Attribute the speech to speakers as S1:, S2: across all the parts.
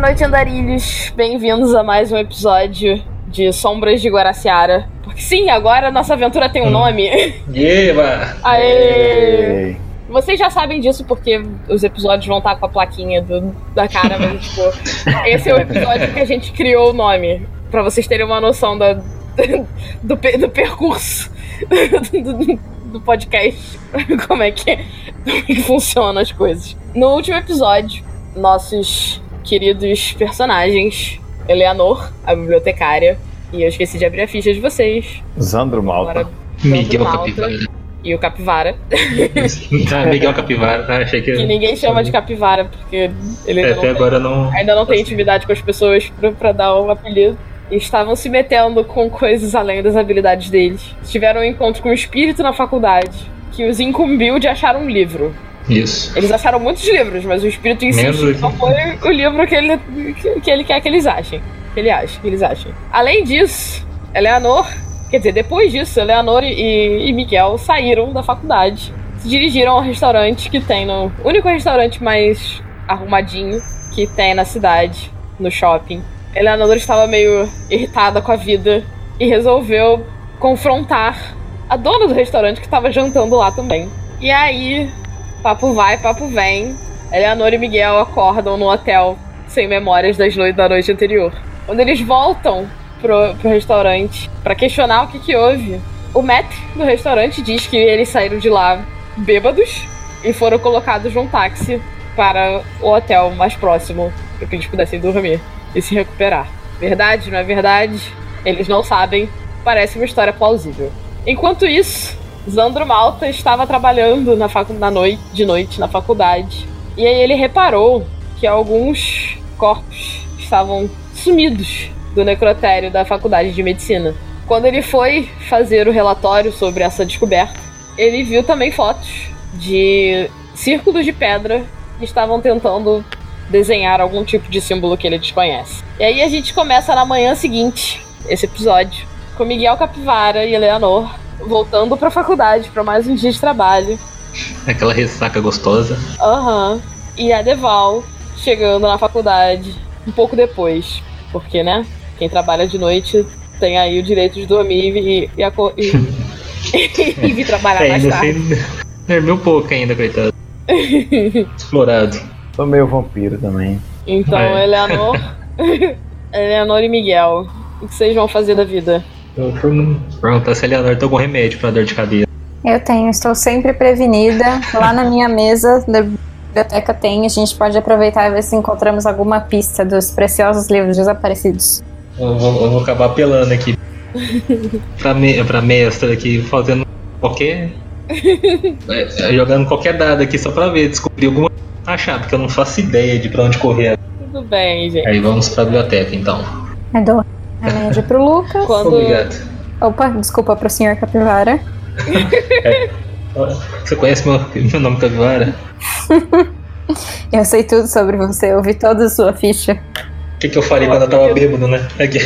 S1: noite, andarilhos. Bem-vindos a mais um episódio de Sombras de Guaraciara. Porque sim, agora nossa aventura tem um nome.
S2: Eba!
S1: Aê! Vocês já sabem disso porque os episódios vão estar com a plaquinha do- da cara, mas tipo, esse é o episódio que a gente criou o nome. Pra vocês terem uma noção da, do, pe- do percurso do, do podcast, como é que, como é que funcionam as coisas. No último episódio, nossos queridos personagens, Eleanor, a bibliotecária, e eu esqueci de abrir a ficha de vocês.
S3: Zandro Malta.
S1: Agora,
S2: Miguel
S1: Malta.
S2: Capivara.
S1: e o Capivara.
S2: Ah, Miguel Capivara, tá? Achei que.
S1: Que ninguém chama de capivara, porque ele
S2: É,
S1: ainda, não,
S2: até agora não.
S1: ainda não tem intimidade com as pessoas pra, pra dar um apelido. E estavam se metendo com coisas além das habilidades deles. Tiveram um encontro com um espírito na faculdade que os incumbiu de achar um livro.
S2: Isso.
S1: Eles acharam muitos livros, mas o espírito insiste
S2: Menos
S1: que não foi o livro que ele, que, que ele quer que eles achem. Que ele acha, que eles achem. Além disso, Eleanor, quer dizer, depois disso, Eleanor e, e Miguel saíram da faculdade. Se dirigiram ao restaurante que tem no. O único restaurante mais arrumadinho que tem na cidade, no shopping. Eleanor estava meio irritada com a vida e resolveu confrontar a dona do restaurante que estava jantando lá também. E aí, papo vai, papo vem. Eleanor e Miguel acordam no hotel sem memórias das noites da noite anterior. Quando eles voltam pro, pro restaurante pra questionar o que, que houve, o maître do restaurante diz que eles saíram de lá bêbados e foram colocados num táxi para o hotel mais próximo para que eles pudessem dormir e se recuperar. Verdade, não é verdade? Eles não sabem. Parece uma história plausível. Enquanto isso, Zandro Malta estava trabalhando na facu na noite, de noite na faculdade. E aí ele reparou que alguns corpos estavam sumidos do necrotério da faculdade de medicina. Quando ele foi fazer o relatório sobre essa descoberta, ele viu também fotos de círculos de pedra que estavam tentando desenhar algum tipo de símbolo que ele desconhece. E aí a gente começa na manhã seguinte, esse episódio, com Miguel Capivara e Eleanor voltando pra faculdade pra mais um dia de trabalho.
S2: Aquela ressaca gostosa.
S1: Aham. E a Deval chegando na faculdade um pouco depois. Porque, né? Quem trabalha de noite tem aí o direito de dormir e, e, aco- e- e vir trabalhar
S2: É,
S1: mais
S2: ainda
S1: tarde.
S2: sei. Dormiu pouco ainda, coitado. Explorado.
S3: Sou meio vampiro também.
S1: Então,
S2: É.
S1: Eleanor. Eleanor e Miguel. O que vocês vão fazer da vida?
S2: Eu fui perguntar se a Leonor tem algum remédio pra dor de cabeça.
S4: Eu tenho, estou sempre prevenida. Lá na minha mesa da biblioteca tem, a gente pode aproveitar e ver se encontramos alguma pista dos preciosos livros desaparecidos.
S2: Eu vou, eu vou acabar apelando aqui. pra, me, pra mestra aqui, fazendo qualquer. é, é, jogando qualquer dado aqui só pra ver, descobrir alguma achar, porque eu não faço ideia de pra onde correr.
S1: Tudo bem, gente.
S2: Aí vamos pra biblioteca então.
S4: Eu dou remédio É pro Lucas.
S1: Quando.
S2: Obrigado.
S4: Opa, desculpa pro senhor Capivara.
S2: Você conhece meu, meu nome Capivara?
S4: Eu sei tudo sobre você, eu vi toda a sua ficha.
S2: O que, que eu falei quando eu tava bêbado, né? Aqui.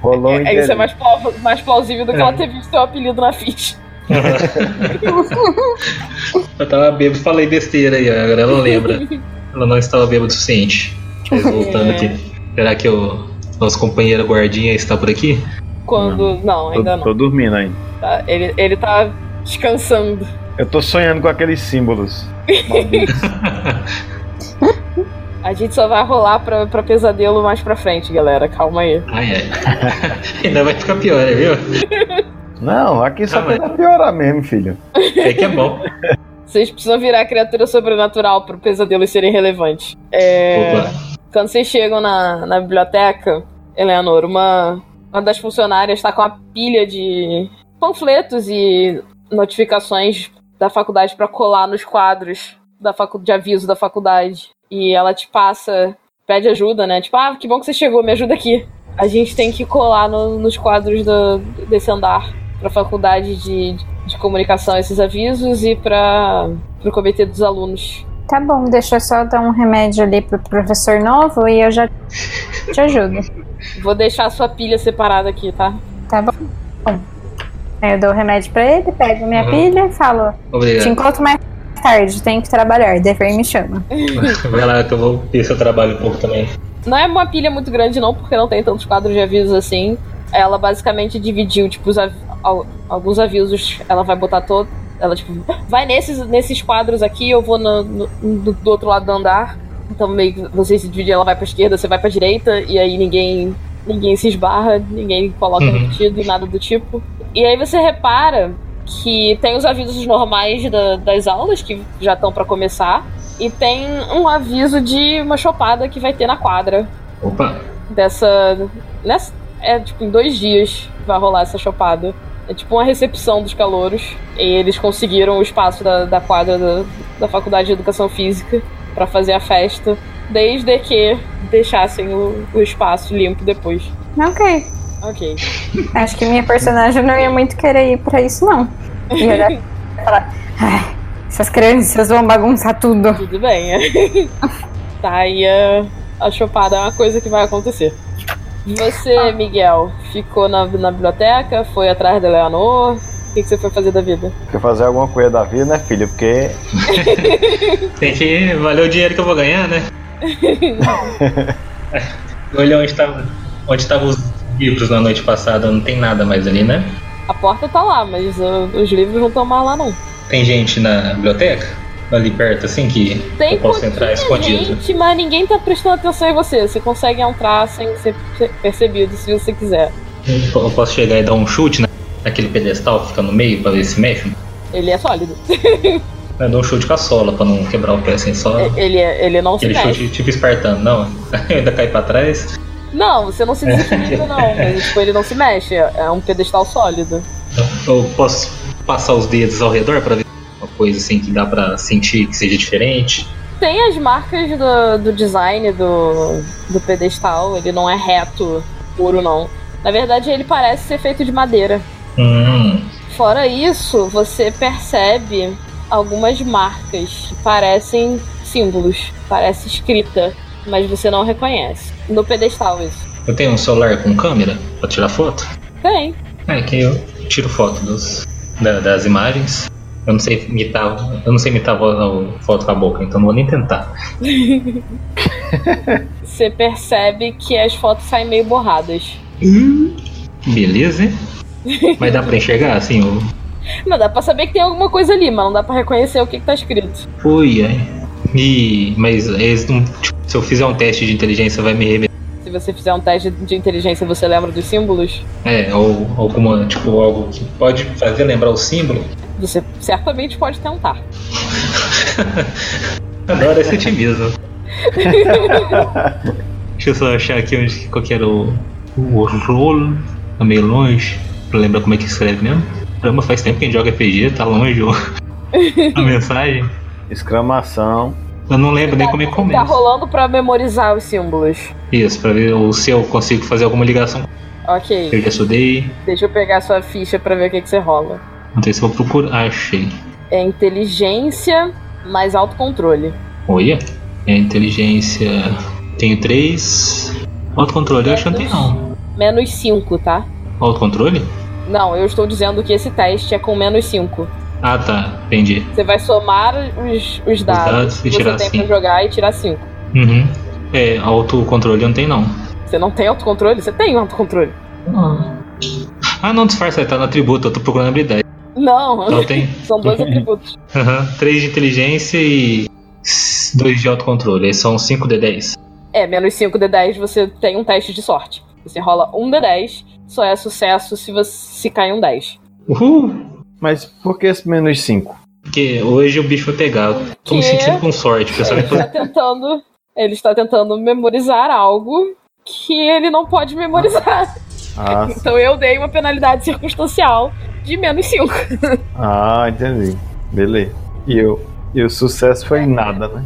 S3: Rolou um
S1: É, isso é
S3: interesse.
S1: mais, plau- mais plausível do que
S2: É.
S1: ela ter visto seu apelido na ficha.
S2: Eu tava bêbado, falei besteira aí, ó, agora ela lembra. Ela não estava bêbada o suficiente. Mas voltando
S1: É.
S2: aqui. Será que o nosso companheiro guardinha está por aqui?
S1: Quando. Não,
S3: Tô,
S1: ainda não.
S3: tô dormindo ainda.
S1: Tá? Ele, ele tá descansando.
S3: Eu tô sonhando com aqueles símbolos. malditos.
S1: A gente só vai rolar pra, pra pesadelo mais pra frente, galera. Calma aí.
S2: Ai, ai. Ainda vai ficar pior, viu?
S3: Não, aqui só
S2: Calma
S3: tem pra piorar mesmo, filho.
S2: É que é bom.
S1: Vocês precisam virar criatura sobrenatural pro pesadelo serem relevantes. É...
S2: Opa.
S1: Quando vocês chegam na, na biblioteca, Eleanor, uma, uma das funcionárias está com uma pilha de panfletos e notificações da faculdade para colar nos quadros da facu de aviso da faculdade. E ela te passa, pede ajuda, né? Tipo, ah, que bom que você chegou, me ajuda aqui. A gente tem que colar no- nos quadros do- desse andar para a faculdade de, de comunicação esses avisos e para o comitê dos alunos.
S4: Tá bom, deixa eu só dar um remédio ali pro professor novo e eu já te ajudo.
S1: Vou deixar a sua pilha separada aqui, tá?
S4: Tá bom? Aí eu dou o remédio pra ele, pego minha
S2: Uhum. É.
S4: pilha e falo: Te
S2: Obrigado.
S4: encontro mais tarde, tenho que trabalhar. Dever me chama.
S2: Vai lá que eu vou ver se eu trabalho um pouco também.
S1: Não é uma pilha muito grande, não, porque não tem tantos quadros de avisos assim. Ela basicamente dividiu, tipo, os av- al- alguns avisos. Ela vai botar todo. Ela, tipo, vai nesses, nesses quadros aqui, eu vou no- no- do, do outro lado do andar. Então, meio que você se divide, ela vai pra esquerda, você vai pra direita, e aí ninguém. Ninguém se esbarra, ninguém coloca
S2: Uhum.
S1: repetido e nada do tipo. E aí você repara que tem os avisos normais da- das aulas, que já estão pra começar, e tem um aviso de uma chopada que vai ter na quadra
S2: Opa,
S1: dessa. Nessa, é tipo em dois dias que vai rolar essa chopada. É tipo uma recepção dos calouros. E eles conseguiram o espaço da, da quadra da, da Faculdade de Educação Física pra fazer a festa. Desde que deixassem o, o espaço limpo depois.
S4: Ok.
S1: Ok.
S4: Acho que minha personagem não ia muito querer ir pra isso, não. E olhar e falar: "Ai, essas crianças vão bagunçar tudo.
S1: Tudo bem. tá, e a, a chopada é uma coisa que vai acontecer. Você, Miguel, ficou na, na biblioteca, foi atrás da Leonor. O que, que você foi fazer da vida?
S3: Quer fazer alguma coisa da vida, né, filho? Porque
S2: tem que valer o dinheiro que eu vou ganhar, né? Olha onde estavam onde tavam os livros na noite passada, não tem nada mais ali, né?
S1: A porta tá lá, mas uh, os livros não estão mais lá, não.
S2: Tem gente na biblioteca? Ali perto, assim, que
S1: Tem
S2: eu posso entrar
S1: pouquinha
S2: escondido.
S1: gente, mas ninguém tá prestando atenção em você. Você consegue entrar sem ser perce- percebido, se você quiser.
S2: Eu posso chegar e dar um chute na- naquele pedestal que fica no meio pra ver se mexe?
S1: Ele é sólido.
S2: Eu dou um chute com a sola pra não quebrar o pé assim, só
S1: E- Ele, é- ele não se
S2: aquele
S1: mexe.
S2: chute tipo espartano, não. Eu ainda cai pra trás.
S1: Não, você
S2: É.
S1: não se desequilibra, não. Mas, tipo, ele não se mexe. É é um pedestal sólido.
S2: Eu posso passar os dedos ao redor pra ver uma coisa assim que dá pra sentir que seja diferente.
S1: Tem as marcas do, do design do, do pedestal. Ele não é reto, puro, não. Na verdade, ele parece ser feito de madeira.
S2: Hum,
S1: Fora isso, você percebe algumas marcas que parecem símbolos, parece escrita, mas você não reconhece. No pedestal isso.
S2: eu tenho um celular com câmera pra tirar foto.
S1: Tem.
S2: É que eu tiro foto dos, da- das imagens. Eu não sei imitar, eu não sei imitar vo- foto com a boca, então não vou nem tentar.
S1: Você percebe que as fotos saem meio borradas.
S2: Hum. Beleza, hein? Vai dar pra enxergar assim o,
S1: Não dá pra saber que tem alguma coisa ali, mas não dá pra reconhecer o que, que tá escrito.
S2: Ui, ai. Ih, mas eles não- tipo, se eu fizer um teste de inteligência, vai me remeter.
S1: Se você fizer um teste de inteligência, você lembra dos símbolos?
S2: É, ou alguma, tipo, algo que pode fazer lembrar o símbolo.
S1: Você certamente pode tentar.
S2: Adoro esse otimismo. Deixa eu só achar aqui onde qual que era o, o rolo. Tá meio longe. Pra lembrar como é que escreve mesmo. Caramba, faz tempo que a gente joga RPG, tá longe o- a mensagem.
S3: exclamação.
S2: Eu não lembro nem como é que
S1: Tá
S2: começa.
S1: rolando pra memorizar os símbolos.
S2: Isso, pra ver o- se eu consigo fazer alguma ligação com o que eu
S1: Ok.
S2: já estudei.
S1: Deixa eu pegar sua ficha pra ver o que, que você rola.
S2: Não sei se eu vou procurar. Ah, Achei.
S1: É inteligência mais autocontrole.
S2: Olha, é inteligência. Tenho três. Autocontrole, eu acho que não tem não.
S1: Menos 5, tá?
S2: Autocontrole?
S1: Não, eu estou dizendo que esse teste é com menos 5.
S2: Ah tá, entendi.
S1: Você vai somar os, os dados
S2: dados e
S1: que
S2: tirar
S1: você tem pra
S2: cinco.
S1: jogar e tirar 5.
S2: Uhum. É, autocontrole eu não tem não.
S1: Você não tem autocontrole? Você tem autocontrole.
S2: Ah não, disfarça, tá no atributo, eu tô procurando habilidade.
S1: Não,
S2: Então tem.
S1: são dois atributos.
S2: Aham. Três de inteligência e. s- Dois de autocontrole. Aí são 5 de 10.
S1: É, menos 5 de 10 você tem um teste de sorte. Você rola 1 de 10, só é sucesso se você se cai um 10.
S2: Uhul!
S3: Mas por que esse menos 5?
S2: Porque hoje o bicho vai pegar. Eu Tô me
S1: Que?
S2: sentindo com sorte, pessoal.
S1: Ele está tentando, ele está tentando memorizar algo que ele não pode memorizar.
S3: Ah,
S1: Então eu dei uma penalidade circunstancial de menos 5.
S3: ah, entendi. Beleza. E, eu, e o sucesso foi nada, né?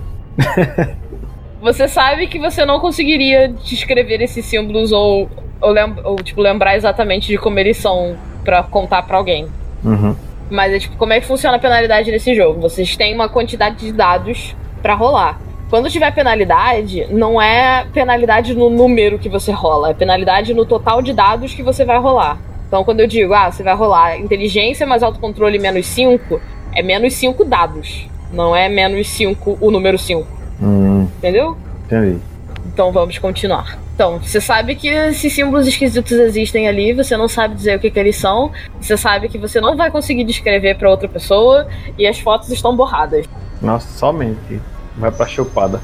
S1: Você sabe que você não conseguiria descrever esses símbolos ou, ou, lem- ou, tipo, lembrar exatamente de como eles são pra contar pra alguém.
S3: Uhum.
S1: Mas é tipo, como é que funciona a penalidade nesse jogo? Vocês têm uma quantidade de dados pra rolar. Quando tiver penalidade, não é penalidade no número que você rola, é penalidade no total de dados que você vai rolar. Então, quando eu digo, ah, você vai rolar inteligência mais autocontrole menos 5, é menos 5 dados. Não é menos 5 o número 5,
S3: Hum,
S1: entendeu?
S3: entendi.
S1: Então vamos continuar. Então, você sabe que esses símbolos esquisitos existem ali, você não sabe dizer o que, que eles são, você sabe que você não vai conseguir descrever pra outra pessoa e as fotos estão borradas.
S3: Nossa, somente. Vai pra chupada.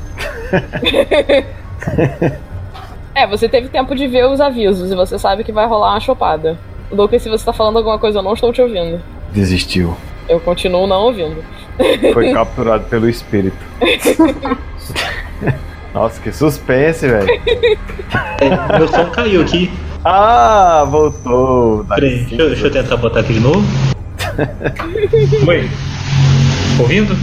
S1: É, você teve tempo de ver os avisos e você sabe que vai rolar uma chopada. Lucas, se você tá falando alguma coisa, eu não estou te ouvindo.
S3: Desistiu.
S1: Eu continuo não ouvindo.
S3: Foi capturado pelo espírito. Nossa, que suspense, velho.
S2: É, meu som caiu aqui.
S3: Ah, voltou.
S2: Peraí, deixa, eu- deixa eu tentar botar aqui de novo. Oi. Ouvindo?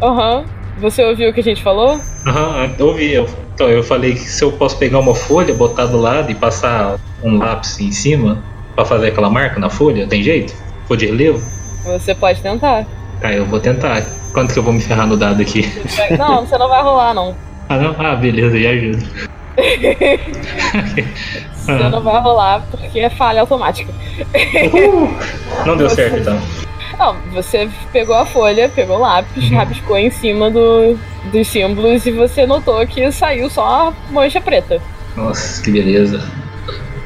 S1: Aham. Você ouviu o que a gente falou?
S2: Aham, eu ouvi. Eu- Então, eu falei que se eu posso pegar uma folha, botar do lado e passar um lápis em cima pra fazer aquela marca na folha, tem jeito? Vou de relevo?
S1: Você pode tentar.
S2: Tá, eu vou tentar. Quanto que eu vou me ferrar no dado aqui?
S1: Não, você não vai rolar, não.
S2: Ah, não? Ah, beleza, já ajuda.
S1: Você não vai rolar porque é falha automática.
S2: Não deu certo então.
S1: Não, você pegou a folha, pegou o lápis, rabiscou em cima do, dos símbolos e você notou que saiu só a mancha preta.
S2: Nossa, que beleza.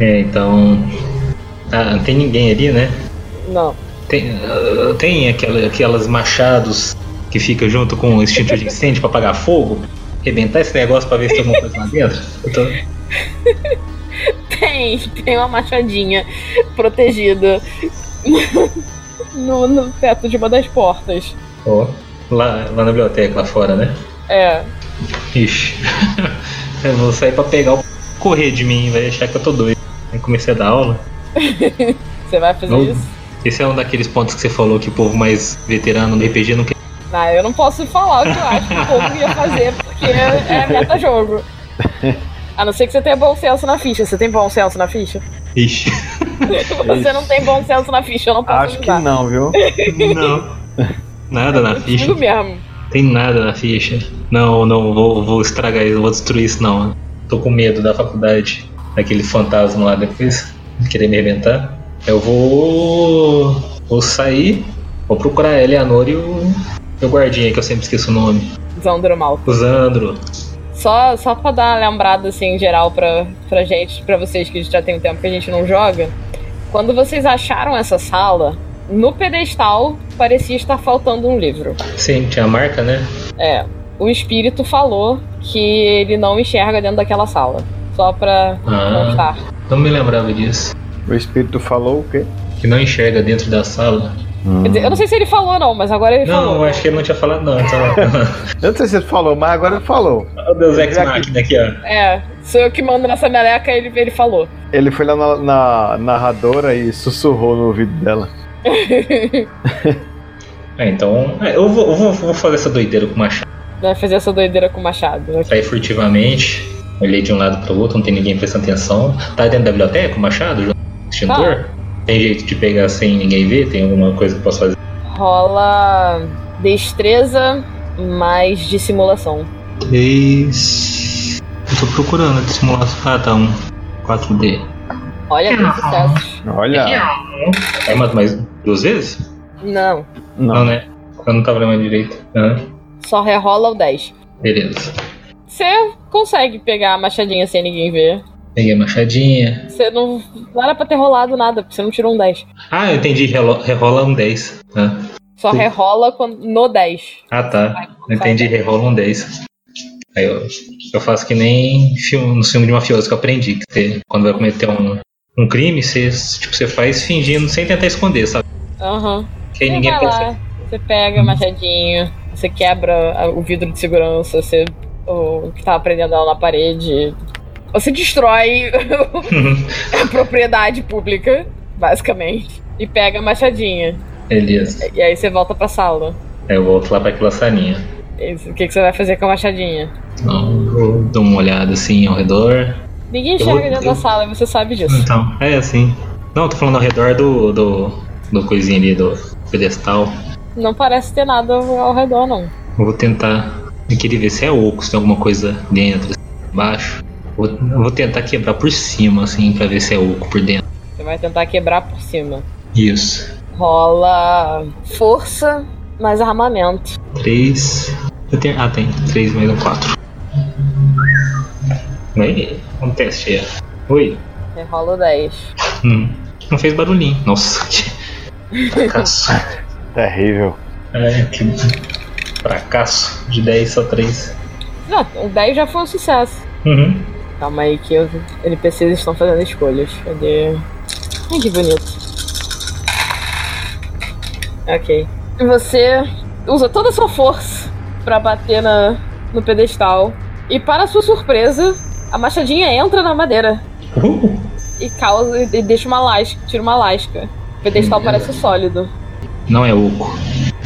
S2: É, então. Ah, não tem ninguém ali, né?
S1: Não.
S2: Tem, ah, tem aquela, aquelas machados que fica junto com o extintor de incêndio pra apagar fogo? Rebentar esse negócio pra ver se tem alguma coisa lá dentro? Eu tô-
S1: Tem, tem uma machadinha protegida no, no teto de uma das portas.
S2: Ó, lá, lá na biblioteca, lá fora, né?
S1: É.
S2: Ixi. eu vou sair pra pegar o. correr de mim, vai achar que eu tô doido. Aí comecei a dar aula.
S1: Você vai fazer
S2: Não.
S1: isso?
S2: Esse é um daqueles pontos que você falou que o povo mais veterano do RPG não quer.
S1: Não, Ah, eu não posso falar o que eu acho que o povo ia fazer, porque é meta-jogo. A não ser que você tenha bom senso na ficha. Você tem bom senso na ficha?
S2: Ixi.
S1: Você não tem bom senso na ficha, eu não posso
S3: É Acho que
S1: ajudar.
S3: não, viu?
S2: Não. Nada na ficha.
S1: Digo mesmo.
S2: Tem nada na ficha. Não, não, vou, vou estragar isso, vou destruir isso não. Tô com medo da faculdade, daquele fantasma lá depois, querer me arrebentar. Eu vou. vou sair, vou procurar a Eleanor e o. e o guardinha que eu sempre esqueço o nome.
S1: Zandromal.
S2: O Zandro.
S1: Só, só pra dar uma lembrada, assim, em geral, pra, pra gente, pra vocês que já tem um tempo que a gente não joga. Quando vocês acharam essa sala, no pedestal parecia estar faltando um livro.
S2: Sim, tinha a marca, né?
S1: É, o espírito falou que ele não enxerga dentro daquela sala. Só pra
S2: Ah,
S1: constar.
S2: não me lembrava disso.
S3: O espírito falou o quê?
S2: Que não enxerga dentro da sala.
S1: Quer dizer, eu não sei se ele falou ou não, mas agora ele
S2: Não, é.
S1: falou.
S2: acho que ele não tinha falado não. Então...
S3: Eu não sei se ele falou, mas agora ele falou.
S2: Olha o Deus Ex
S1: tá
S2: Machina aqui, ó.
S1: É, sou eu que mando nessa meleca, ele, ele falou.
S3: Ele foi lá na, na narradora e sussurrou no ouvido dela.
S2: É, então, é, eu vou, eu vou- vou fazer essa doideira com o machado.
S1: Vai né, fazer essa doideira com o machado.
S2: Saí furtivamente, olhei de um lado pro outro, não tem ninguém prestando atenção. Tá dentro da biblioteca o machado, junto com o extintor? Tem jeito de pegar sem ninguém ver? Tem alguma coisa que eu posso fazer?
S1: Rola destreza mais dissimulação.
S2: Três. Eu tô procurando a dissimulação. Ah, tá, um. 4D.
S1: Olha, tem sucesso.
S3: Olha.
S2: É, mas mais duas vezes?
S1: Não,
S2: Não,
S3: Não,
S2: né? Eu não tava lembrando direito. Ah,
S1: só rerola o 10.
S2: beleza.
S1: Você consegue pegar a machadinha sem ninguém ver.
S2: Peguei a machadinha.
S1: Você não, não era pra ter rolado nada, porque você não tirou um 10.
S2: Ah, eu entendi. Relo- Rerola um 10. Ah,
S1: Só
S2: Sim.
S1: rerola quando- no 10.
S2: ah tá.
S1: Vai,
S2: Eu Entendi, rerola um 10. Aí eu, eu faço que nem filme, no filme de mafioso que eu aprendi, que você, quando vai cometer um, um crime, você, tipo, você faz fingindo sem tentar esconder, sabe?
S1: Aham.
S2: Que aí
S1: Você
S2: ninguém
S1: vai
S2: pensa.
S1: lá, você pega o machadinho, você quebra a- o vidro de segurança, você. O que tava prendendo ela na parede. Você destrói a propriedade pública, basicamente. E pega a machadinha.
S2: Beleza.
S1: E aí você volta pra sala.
S2: Aí eu volto lá pra aquela salinha.
S1: Isso, O que, que você vai fazer com a machadinha?
S2: Então, eu dou uma olhada assim ao redor.
S1: Ninguém
S2: Eu vou-
S1: enxerga dentro da
S2: eu-
S1: sala e você sabe disso.
S2: Então, é assim. Não, eu tô falando ao redor do. do. do coisinha ali, do pedestal.
S1: Não parece ter nada ao redor, não.
S2: Eu vou tentar. Eu queria ver se é oco, se tem alguma coisa dentro, assim, embaixo. Vou- Eu vou tentar quebrar por cima, assim, pra ver se é oco por dentro.
S1: Você vai tentar quebrar por cima.
S2: Isso.
S1: Rola força mais armamento.
S2: Três. Eu tenho. Ah, tem. Três mais um quatro. Bem, um teste aí. Oi.
S1: Eu rolo 10.
S2: Hum. Não fez barulhinho. Nossa, que fracasso.
S3: Terrível.
S2: é, que fracasso. De 10 só 3.
S1: Não, um 10 já foi um sucesso.
S2: Uhum.
S1: Calma aí que os NPCs estão fazendo escolhas. Cadê? Ai, que bonito. Ok. E Você usa toda a sua força pra bater na, no pedestal. E para sua surpresa, a machadinha entra na madeira
S2: Uhul.
S1: e causa e deixa uma lasca, tira uma lasca. O pedestal
S2: Hum.
S1: parece sólido,
S2: Não é oco.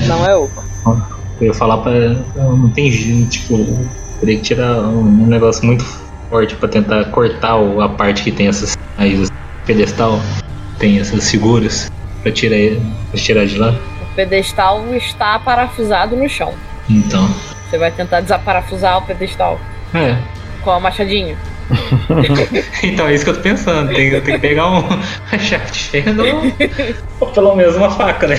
S1: não é oco.
S2: Eu ia falar pra. Não tem jeito, tipo. Teria que tirar um um negócio muito forte pra tentar cortar o- a parte que tem essas raízes. Pedestal tem essas seguras pra tirar, ele- pra tirar de lá.
S1: O pedestal está parafusado no chão.
S2: Então.
S1: Você vai tentar desaparafusar o pedestal
S2: É.
S1: com a machadinha.
S2: Então é isso que eu tô pensando. Tem, tem que pegar um uma chave de fenda ou- ou pelo menos uma faca, né?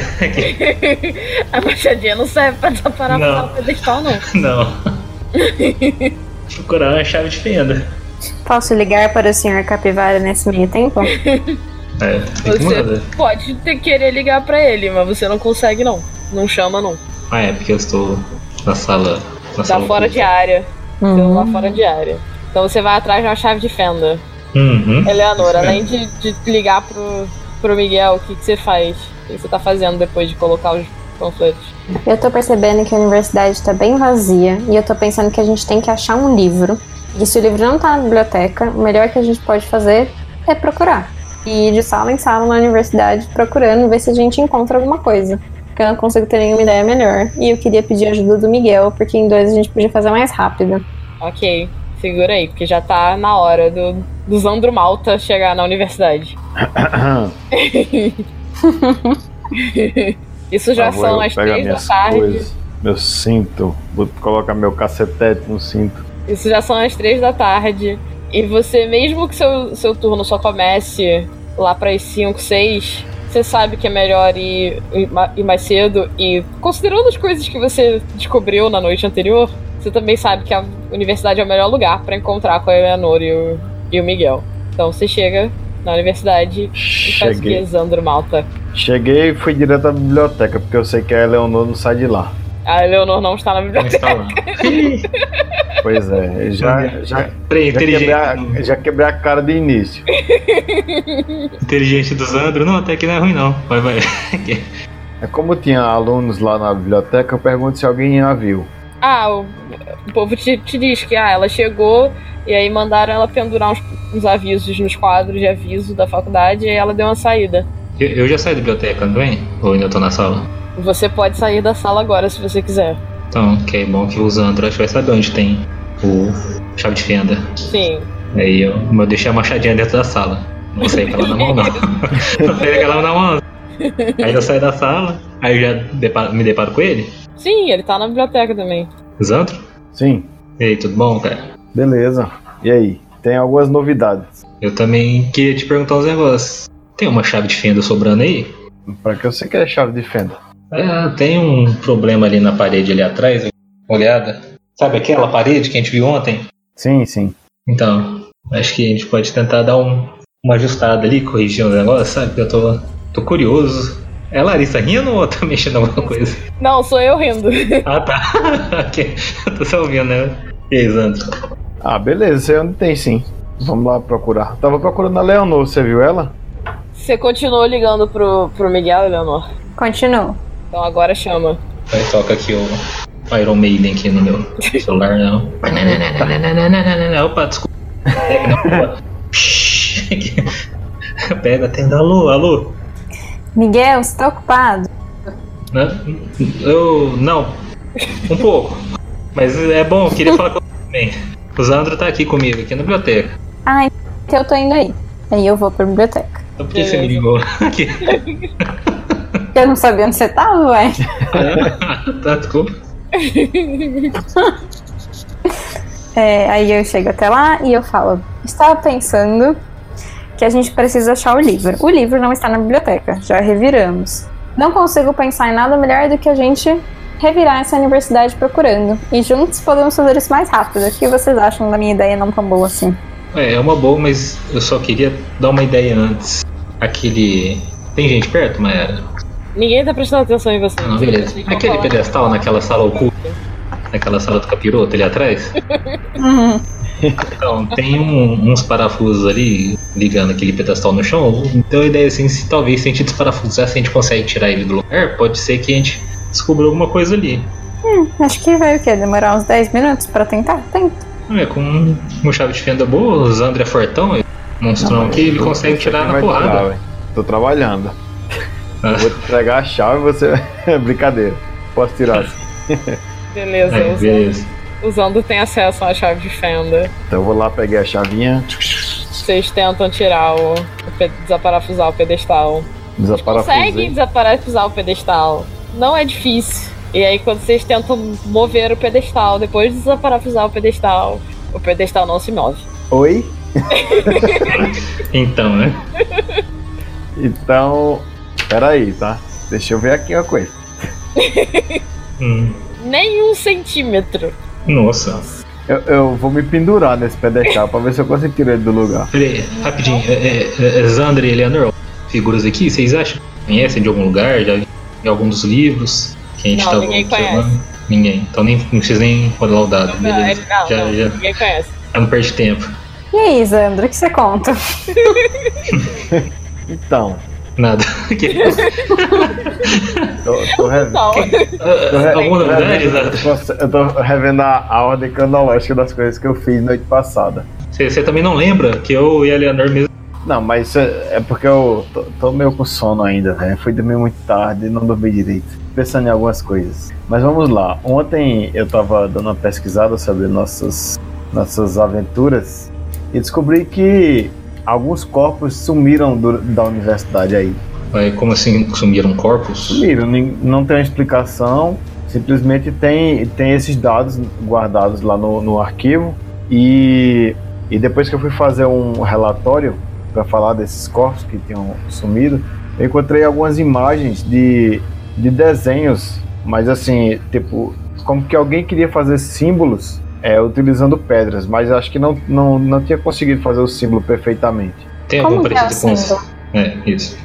S1: A machadinha não serve pra desaparafusar
S2: Não.
S1: o pedestal, não.
S2: Não. Procurar uma chave de fenda.
S4: Posso ligar para o senhor Capivara nesse meio tempo?
S2: É, tem que
S1: Você
S2: mudar.
S1: pode ter, querer ligar pra ele, mas você não consegue, não. Não chama, não.
S2: Ah, é, porque eu estou na sala. Na
S1: Tá
S2: sala
S1: fora de
S2: oculta.
S1: área. Então, lá
S4: Hum.
S1: fora de área. Então você vai atrás de uma chave de fenda.
S2: Uhum.
S1: Eleanor,
S2: Isso
S1: além de, de ligar pro, pro Miguel, o que, que você faz? O que você tá fazendo depois de colocar os panfletos?
S4: Eu tô percebendo que a universidade tá bem vazia e eu tô pensando que a gente tem que achar um livro. E se o livro não tá na biblioteca, o melhor que a gente pode fazer é procurar. E ir de sala em sala na universidade procurando ver se a gente encontra alguma coisa. Porque eu não consigo ter nenhuma ideia melhor. E eu queria pedir ajuda do Miguel, porque em dois a gente podia fazer mais rápido.
S1: Ok, segura aí, porque já tá na hora do, do Zandro Malta chegar na universidade. Isso já
S3: Lá vou
S1: são
S3: Tá eu,
S1: as
S3: pego
S1: três da
S3: minhas
S1: tarde.
S3: coisas, Meu cinto. Vou colocar meu cacetete no cinto.
S1: Isso já são as três da tarde. E você, mesmo que seu, seu turno só comece lá para as 5, 6, você sabe que é melhor ir, ir ma- ir mais cedo. E considerando as coisas que você descobriu na noite anterior, você também sabe que a universidade é o melhor lugar para encontrar com a Eleanor e o, e o Miguel. Então você chega na universidade e faz o que,
S3: Cheguei.
S1: Zandro Malta?
S3: Cheguei e fui direto à biblioteca, porque eu sei que a Eleonor não sai de lá.
S1: A Eleanor não está na
S2: Como
S1: biblioteca.
S2: está lá?
S3: Pois é, já, já,
S2: Peraí,
S3: já, quebrei, a,
S2: inteligente, né?
S3: já quebrei a cara de início.
S2: inteligente do Zandro. Não, até que não é ruim, não. Vai, vai.
S3: É como tinha alunos lá na biblioteca, eu pergunto se alguém a viu.
S1: Ah, o, o povo te, te diz que ah, ela chegou e aí mandaram ela pendurar uns, uns avisos nos quadros de aviso da faculdade e aí ela deu uma saída.
S2: Eu, eu já saí da biblioteca, não vem? Ou ainda tô na sala?
S1: Você pode sair da sala agora se você quiser.
S2: Então, que é bom que o Zandro acho que vai saber onde tem o chave de fenda.
S1: Sim.
S2: Aí eu, eu deixei a machadinha dentro da sala. Não saí com ela na mão, não. Não saí com ela na mão. Aí eu saio da sala, aí eu já depa- me deparo com ele.
S1: Sim, ele tá na biblioteca também.
S2: Zandro?
S3: Sim,
S2: E aí, tudo bom, cara?
S3: beleza. E aí? Tem algumas novidades.
S2: Eu também queria te perguntar uns negócios. Tem uma chave de fenda sobrando aí?
S3: Pra que você quer chave de fenda?
S2: É, tem um problema ali na parede ali atrás, olhada. Sabe aquela parede que a gente viu ontem?
S3: Sim, sim.
S2: Então, acho que a gente pode tentar dar um, uma ajustada ali, corrigir o negócio, sabe? Eu tô, tô curioso. É a Larissa rindo ou tá mexendo em alguma coisa?
S1: Não, sou eu rindo.
S2: Ah, tá. ok. Eu tô só ouvindo, né? E aí, Zandro?
S3: Ah, beleza, sei onde tem sim. Vamos lá procurar. Tava procurando a Leonor, você viu ela?
S1: Você continuou ligando pro, pro Miguel, Eleanor.
S4: Continuo.
S1: Então agora chama.
S2: Aí toca aqui o Iron Maiden aqui no meu celular, não. Opa, desculpa. É, não, opa. Pega, atenda. Alô, alô.
S4: Miguel, você tá ocupado?
S2: Né? Eu. Não. Um pouco. Mas é bom, eu queria falar com você também. O Zandro tá aqui comigo, aqui na biblioteca.
S4: Ah, então eu tô indo aí. Aí eu vou pra biblioteca.
S2: Então por que você me
S1: Beleza.
S2: ligou? Aqui.
S4: Eu não sabia onde você tava, ué.
S2: tá, desculpa.
S4: É, aí eu chego até lá e eu falo: Estava pensando que a gente precisa achar o livro. O livro não está na biblioteca, já reviramos. Não consigo pensar em nada melhor do que a gente revirar essa universidade procurando. E juntos podemos fazer isso mais rápido. O que vocês acham da minha ideia não tão boa assim?
S2: É, é uma boa, mas eu só queria dar uma ideia antes. Aquele. Tem gente perto, Mayara?
S1: Ninguém tá prestando atenção em você.
S2: Ah, Não, beleza.
S1: Vamos
S2: Aquele
S1: falar.
S2: pedestal naquela sala oculta, naquela sala do capiroto ali atrás.
S4: Uhum.
S2: Então, tem um- uns parafusos ali ligando aquele pedestal no chão. Então a ideia é assim, se talvez se a gente desparafusar, se a gente consegue tirar ele do lugar, É, pode ser que a gente descubra alguma coisa ali.
S4: Acho que vai o quê? Demorar uns 10 minutos pra tentar? Tenta.
S2: É, com uma chave de fenda boa, o Zandra é fortão, é monstrão aqui, ele consegue tirar na
S3: Vai tirar,
S2: porrada.
S3: velho. Tô trabalhando.
S2: Ah.
S3: Vou te entregar a chave e você. é Brincadeira. Posso tirar. sim.
S1: Beleza,
S2: É, beleza.
S1: usando tem acesso à chave de fenda.
S3: Então eu vou lá, peguei a chavinha,
S1: Vocês tentam tirar o. o pe- desaparafusar o pedestal. Conseguem
S3: desaparafusei.
S1: desaparafusar o pedestal. Não é difícil. E aí, quando vocês tentam mover o pedestal, depois de desaparafusar o pedestal, o pedestal não se move.
S3: Oi?
S2: Então, né?
S3: Então. Peraí, tá? Deixa eu ver aqui uma coisa.
S2: Hum,
S1: Nenhum um centímetro.
S2: nossa.
S3: Eu, eu vou me pendurar nesse pedestal pra ver se eu consigo tirar ele do lugar.
S2: Peraí, rapidinho, é, é, é, Zandra e Eleanor, figuras aqui, vocês acham que conhecem de algum lugar, já em algum dos livros que a gente
S1: Não,
S2: tava
S1: ninguém
S2: observando? Ninguém, então nem, não precisa nem rolar o dado,
S1: Não, é-
S2: beleza.
S1: não,
S2: já,
S1: não,
S2: já,
S1: ninguém conhece.
S2: já não perde tempo.
S4: E aí, Zandro, o que você conta?
S3: Então,
S2: Nada. Que-
S3: tô, tô revendo.
S1: Não.
S3: Tô re-
S2: Alguma novidade,
S3: revendo-
S2: Zandra?
S3: eu tô revendo a, a ordem cronológica das coisas que eu fiz noite passada.
S2: Você, você também não lembra que eu e a Eleanor mesmo.
S3: Não, mas isso é é porque eu tô, tô meio com sono ainda, velho. Fui dormir muito tarde, não dormi direito. Pensando em algumas coisas. Mas vamos lá. Ontem eu tava dando uma pesquisada sobre nossas, nossas aventuras e descobri que alguns corpos sumiram do- da universidade aí.
S2: Ué, Como assim sumiram corpos?
S3: Sumiram, nin- não tem uma explicação. Simplesmente tem, tem esses dados guardados lá no, no arquivo. E, e depois que eu fui fazer um relatório para falar desses corpos que tinham sumido, eu encontrei algumas imagens de, de desenhos, mas assim, tipo, como que alguém queria fazer símbolos é, utilizando pedras, mas acho que não, não, não tinha conseguido fazer o símbolo perfeitamente.
S2: Tem algum
S4: Como que é o
S2: parecido com isso?
S4: símbolo?
S2: É, isso.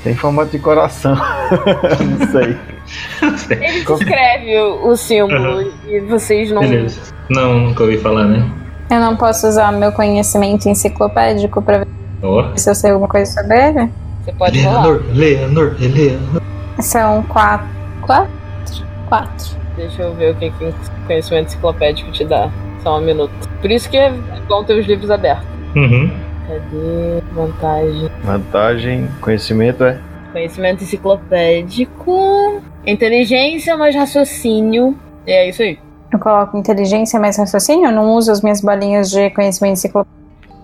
S3: Tem formato de coração. não sei.
S1: Ele descreve o, o símbolo e vocês não.
S2: Beleza. Não, nunca ouvi falar, né?
S4: Eu não posso usar meu conhecimento enciclopédico pra ver
S2: Ó.
S4: se eu sei alguma coisa sobre ele?
S1: Você pode rolar.
S2: Eleanor, Eleanor, Eleanor.
S4: São quatro. Quatro? Quatro.
S1: Deixa eu ver o que, que o conhecimento enciclopédico te dá. Só um minuto. Por isso que é bom ter os livros abertos.
S2: Uhum.
S1: Cadê? Vantagem.
S3: Vantagem, conhecimento é.
S1: Conhecimento enciclopédico. Inteligência mais raciocínio. É isso aí.
S4: Eu coloco inteligência mais raciocínio? Eu não uso as minhas bolinhas de conhecimento enciclopédico.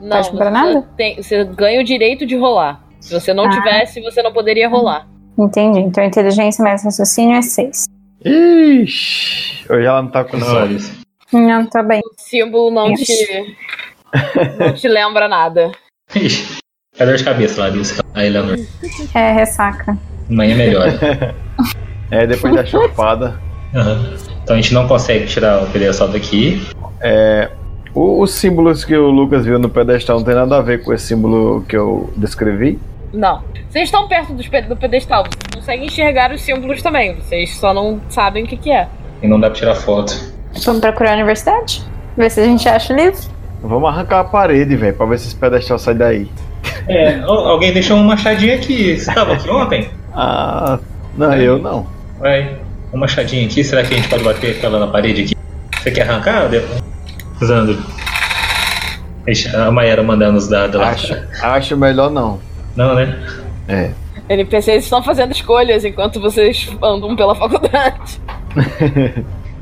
S1: Não,
S4: Pode comprar
S1: você
S4: nada?
S1: tem- você ganha o direito de rolar. Se você não
S4: Ah.
S1: tivesse, você não poderia rolar.
S4: Entendi. Então, inteligência mais raciocínio é seis.
S3: Ixi, hoje ela não tá com sono.
S2: Olha isso.
S4: Não, tô bem.
S1: O símbolo não te. não te lembra nada.
S2: Ixi, é dor de cabeça lá, Deus. A Eleanor.
S4: É ressaca.
S2: Amanhã melhora.
S3: É, depois da chupada.
S2: Aham. Então a gente não consegue tirar o pedestal daqui.
S3: O- os símbolos que o Lucas viu no pedestal não tem nada a ver com esse símbolo que eu descrevi.
S1: Não. Vocês estão perto dos pe- do pedestal. Vocês conseguem enxergar os símbolos também. Vocês só não sabem o que, que é.
S2: E não dá pra tirar foto.
S4: Vamos procurar a universidade? Ver se a gente acha o livro?
S3: Vamos arrancar a parede, velho, pra ver se esse pedestal sai daí.
S2: É, alguém deixou um machadinho aqui. Você tava aqui ontem?
S3: Ah, não, eu não.
S2: Vai. Um machadinho aqui. Será que a gente pode bater ela na parede aqui? Você quer arrancar? Deu? Zandro. Ixi, a Mayara mandando os dados lá.
S3: Acho, acho melhor não.
S2: Não, né?
S3: É.
S1: NPCs estão fazendo escolhas enquanto vocês andam pela faculdade.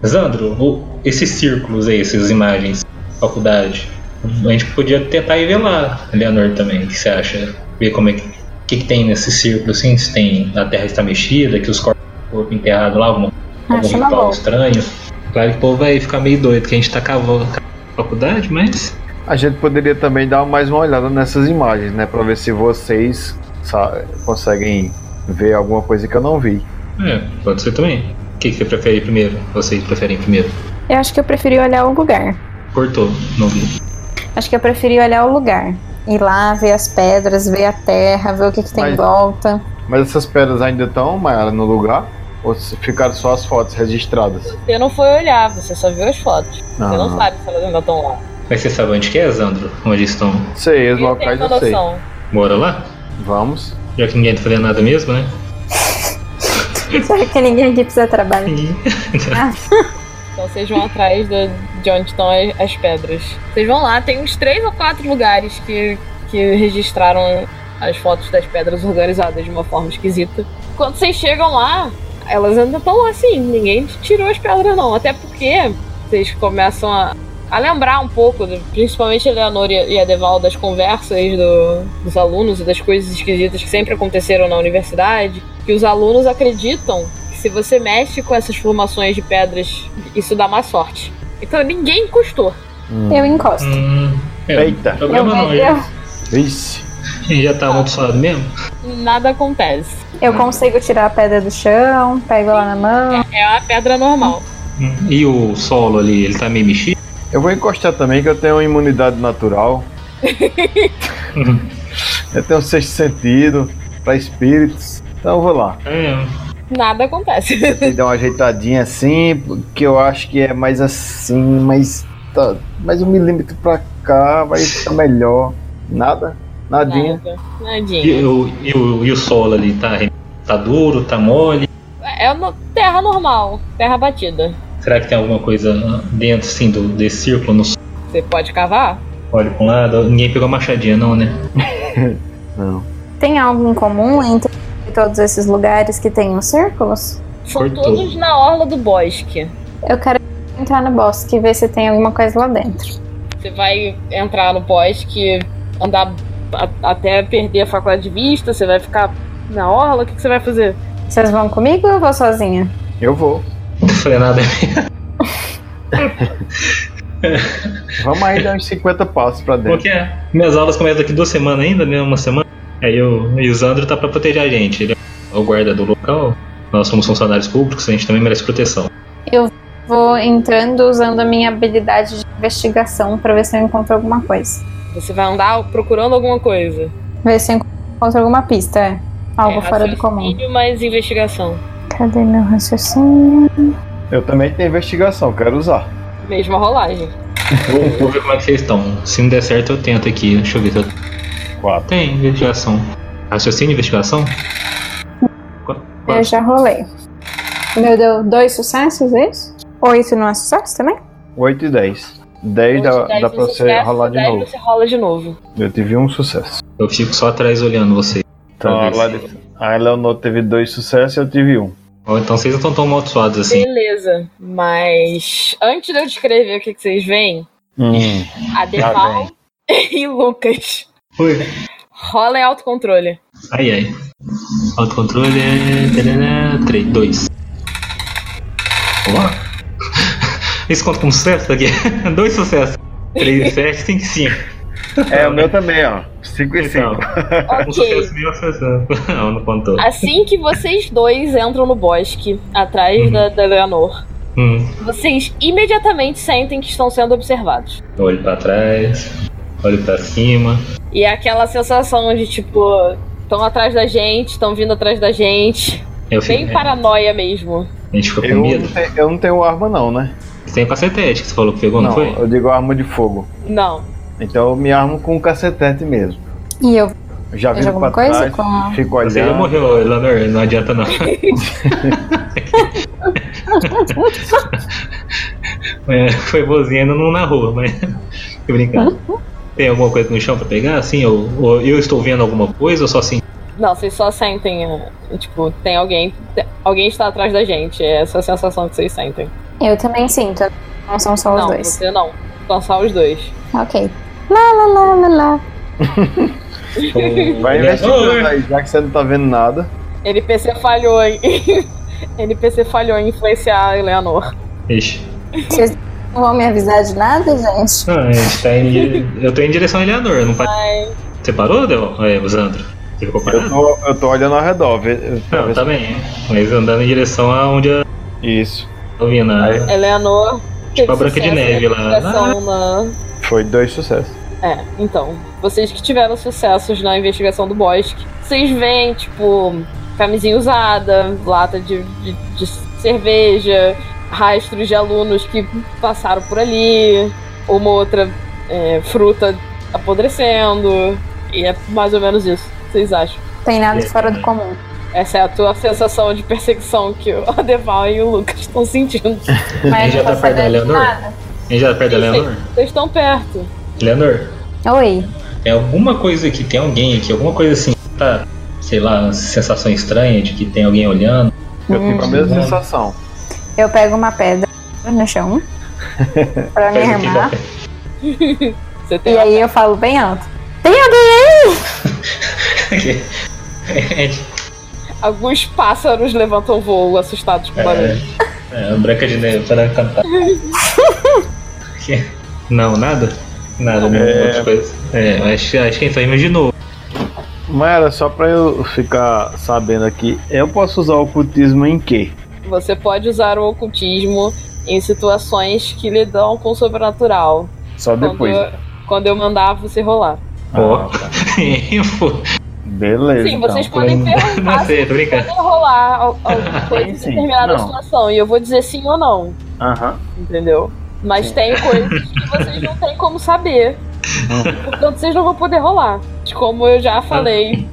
S2: Zandro, o- esses círculos aí, essas imagens, faculdade. A gente podia tentar ir ver lá, Eleanor também. O que você acha? Ver como é que. O que, que tem nesse círculo assim? Se tem. A terra está mexida, que os corpos corpo enterrado lá, alguma algum
S4: Acho uma
S2: ritual
S4: boa.
S2: estranho. Claro que o povo vai ficar meio doido, que a gente tá cavando a faculdade, mas.
S3: A gente poderia também dar mais uma olhada nessas imagens, né? Pra ver se vocês sa- conseguem ver alguma coisa que eu não vi.
S2: É, pode ser também. O que, que você prefere primeiro? Vocês preferem primeiro?
S4: Eu acho que eu preferi olhar o lugar.
S2: Cortou, não vi.
S4: Acho que eu preferi olhar o lugar. Ir lá, ver as pedras, ver a terra, ver o que, que tem em
S3: Mas-
S4: volta.
S3: Mas essas pedras ainda estão, Mayara, no lugar? Ou se- ficaram só as fotos registradas?
S1: Você não foi olhar, você só viu as fotos. Você não
S3: Ah.
S1: sabe se elas ainda estão lá.
S2: Mas você sabe onde que é, Zandro? Onde eles estão?
S3: Sei, os
S1: Eu
S3: locais
S1: tenho uma
S3: eu sei.
S1: noção.
S2: Bora lá?
S3: Vamos.
S2: Já que ninguém tá fazendo nada mesmo, né?
S4: Será que ninguém aqui precisa trabalhar?
S1: Então vocês vão atrás da- de onde estão as, as pedras. Vocês vão lá, tem uns três ou quatro lugares que, que registraram as fotos das pedras organizadas de uma forma esquisita. Quando vocês chegam lá, elas ainda estão lá assim, ninguém tirou as pedras não. Até porque vocês começam a, a lembrar um pouco, do- principalmente a Leonor e a- e a Deval, das conversas do- dos alunos e das coisas esquisitas que sempre aconteceram na universidade. Que os alunos acreditam que se você mexe com essas formações de pedras, isso dá má sorte. Então ninguém encostou.
S3: Hum.
S4: Eu encosto.
S2: Hum, é,
S3: Eita!
S4: Eu,
S2: problema não,
S4: eu,
S2: já,
S3: Vixe!
S2: já tá amaldiçoado mesmo?
S1: Nada acontece.
S4: eu consigo tirar a pedra do chão, pego ela na mão.
S1: É uma pedra normal.
S2: Hum, E o solo ali, ele tá meio mexido?
S3: Eu vou encostar também que eu tenho uma imunidade natural. eu tenho um sexto sentido para espíritos. Então eu vou lá.
S2: É,
S1: Nada acontece.
S3: Tentei dar uma ajeitadinha assim, que eu acho que é mais assim, mas tá, mais um milímetro pra cá, vai ficar melhor. Nada, nadinha.
S1: Nada.
S2: e,
S1: Nadinha.
S2: o, e, o, e o solo ali, tá, re- tá duro, tá mole?
S1: É uma terra normal, terra batida.
S2: Será que tem alguma coisa dentro, assim, do, desse círculo? No solo?
S1: Você pode cavar?
S2: Olha pra um lado, ninguém pegou a machadinha não, né?
S3: Não.
S4: Tem algo em comum entre todos esses lugares que tem os círculos?
S1: São
S2: Cortou.
S1: todos na orla do bosque.
S4: Eu quero entrar no bosque e ver se tem alguma coisa lá dentro.
S1: Você vai entrar no bosque, andar a- até perder a faculdade de vista, você vai ficar na orla, o que, que você vai fazer?
S4: Vocês vão comigo ou eu vou sozinha?
S3: Eu vou.
S2: Frenada
S3: Vamos aí dar uns 50 passos pra dentro.
S2: Porque é, minhas aulas começam daqui duas semanas ainda, né? Uma semana. Aí eu, e o Zandro tá pra proteger a gente. Ele é o guarda do local. Nós somos funcionários públicos, a gente também merece proteção.
S4: Vou entrando usando a minha habilidade de investigação pra ver se eu encontro alguma coisa.
S1: Você vai andar procurando alguma coisa.
S4: Ver se eu encontro alguma pista, é. Algo
S1: É,
S4: fora
S2: assim.
S4: do comum.
S1: raciocínio mais investigação.
S4: Cadê meu raciocínio?
S3: Eu também tenho investigação, quero usar.
S1: Mesma rolagem.
S2: Vou, vou ver como é que vocês estão. Se não der certo, eu tento aqui. Deixa eu ver se eu.
S3: Quatro.
S2: Tem investigação. Raciocínio e investigação? Qu-
S4: Eu
S2: quatro.
S4: já rolei. Meu, deu dois sucessos, é isso? Ou isso não é sucesso também?
S3: 8 e 10. 10 dá,
S1: Dez
S3: dá pra
S1: no
S3: você
S1: sucesso,
S3: rolar de
S1: dez
S3: novo.
S1: Você rola de novo.
S3: Eu tive um sucesso.
S2: Eu fico só atrás olhando vocês.
S3: Então a,
S2: Talvez.
S3: Lari- a Eleonor teve dois sucessos e eu tive um.
S2: Ou então vocês não estão tão amaldiçoados assim.
S1: Beleza. Mas antes de eu descrever o que, que vocês veem,
S2: Hum.
S1: a
S3: Ah,
S1: Deval e o Lucas
S2: Oi.
S1: rola em autocontrole.
S2: Ai ai. Autocontrole é. 3, 2. Ó! Isso conta como sucesso aqui? Dois sucessos. 3, 7, 5, 5.
S3: É, o meu também, ó. 5 e 5.
S2: Então, um
S1: Ok.
S2: sucesso meio sucesso. Não, não contou.
S1: Assim que vocês dois entram no bosque, atrás
S2: Uhum.
S1: da, da Leonor,
S2: Hum.
S1: vocês imediatamente sentem que estão sendo observados.
S2: Olho pra trás, olho pra cima.
S1: E é aquela sensação de tipo, estão atrás da gente, estão vindo atrás da gente.
S2: Eu
S1: Bem
S2: fico,
S3: é.
S1: paranoia mesmo.
S2: a gente fica com
S3: Eu,
S2: medo.
S3: não te- eu não tenho arma, não, né?
S2: Tem o cacetete que você falou que pegou, não,
S3: não,
S2: foi?
S3: eu digo arma de fogo.
S1: Não.
S3: Então eu me armo com um cacetete mesmo.
S4: E eu
S3: Eu
S2: Tá
S3: Já
S4: vejo
S3: viro pra
S4: alguma coisa?
S3: trás,
S4: Com... a-
S3: fico
S2: Você já
S3: olhando.
S2: morreu, Elanor, não adianta não. É, foi bozinha não na rua, mas. Tô brincando. Tem alguma coisa no chão pra pegar? Assim, ou, ou eu estou vendo alguma coisa, ou só assim.
S1: Não, vocês só sentem, eh, tipo, tem alguém. te- Alguém está atrás da gente. É essa a sensação que vocês sentem.
S4: Eu também sinto. Não são só os
S1: não,
S4: dois.
S1: você não. São só os dois.
S4: Ok. Lá, lá, lá, lá, lá.
S2: ou-
S3: Vai
S2: olhando,
S3: investigando
S2: "Oi".
S3: aí, já que você não tá vendo nada.
S1: NPC falhou em. NPC falhou em influenciar a Eleanor.
S2: Ixi.
S4: Vocês não vão me avisar de nada, gente?
S2: Não, a gente tá em. Eu tô em direção a Eleanor, não parei. Você parou, Del? É, o Zandro. Você ficou
S3: Eu
S2: parado?
S3: tô, eu tô olhando ao redor. vê- pra
S2: Não,
S3: ver
S2: tá bem. Mas andando em direção aonde eu
S3: se- Isso.
S2: tô vindo. né?
S1: Eleanor. teve
S2: Tipo a Branca de
S1: sucesso
S2: Neve
S1: na
S2: lá. Ah.
S1: investigação na-
S3: Foi dois sucessos.
S1: É, então, vocês que tiveram sucessos na investigação do bosque, vocês veem, tipo, camisinha usada, lata de, de- de cerveja, rastros de alunos que passaram por ali, uma outra é, fruta apodrecendo, e é mais ou menos isso, vocês acham.
S4: Tem nada
S2: É.
S4: fora do comum.
S1: Essa é a tua sensação de perseguição que o Adeval e o Lucas estão sentindo.
S4: Mas
S2: já
S4: não
S2: tá perto da
S4: tá sabendo de
S2: Leonor?
S4: nada.
S2: A gente já perto da
S1: Sim, sim.
S2: Leonor?
S1: Vocês estão perto.
S2: Leonor,
S4: Oi.
S2: É alguma coisa que tem alguém aqui, alguma coisa assim, tá, sei lá, sensação estranha de que tem alguém olhando.
S3: Eu tive a mesma
S2: Hum.
S3: sensação.
S4: Eu pego uma pedra no chão pra me
S2: Faz aqui,
S4: armar.
S2: vai.
S1: Você tem
S4: E aí eu falo bem alto. Tem alguém?
S2: É,
S1: Alguns pássaros levantam voo assustados com o barulho.
S2: é, é, a branca de neve para cantar. Que- Não, nada? Nada, né?
S3: É.
S2: Outra coisa. É, acho, acho que então de novo.
S3: Mas era só pra eu ficar sabendo aqui. Eu posso usar o ocultismo em quê?
S1: Você pode usar o ocultismo em situações que lidam com o sobrenatural.
S3: Só
S1: Quando,
S3: depois.
S1: quando eu mandar você rolar.
S2: Ó.
S3: Ah, tá.
S2: Info.
S3: Beleza.
S1: Sim,
S3: então.
S1: vocês podem
S2: Não
S1: perguntar se
S2: sei, tô brincando.
S1: podem rolar al- alguma coisa em
S3: Sim,
S1: determinada
S3: não.
S1: situação. E eu vou dizer sim ou não,
S3: Aham.
S1: entendeu? Mas tem coisas que vocês não têm como saber. Portanto, vocês não vão poder rolar. Como eu já falei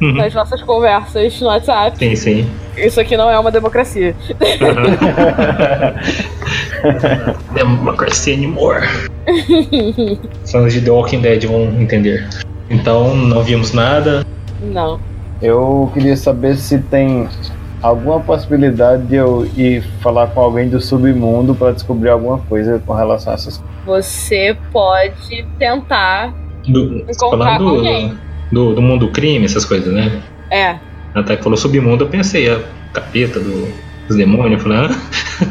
S2: Uhum.
S1: nas nossas conversas no WhatsApp,
S2: Sim, sim.
S1: isso aqui não é uma democracia.
S2: Democracy anymore. Fãs de The Walking Dead vão entender. Então, não vimos nada.
S1: Não.
S3: Eu queria saber se tem alguma possibilidade de eu ir falar com alguém do submundo pra descobrir alguma coisa com relação a essas coisas.
S1: Você pode tentar
S2: Do, tá
S1: Encontrar
S2: falando
S1: com
S2: do,
S1: alguém.
S2: do, do mundo do crime, essas coisas, né?
S1: É.
S2: Até que falou submundo, eu pensei, a capeta do- dos demônios, eu falei, ah,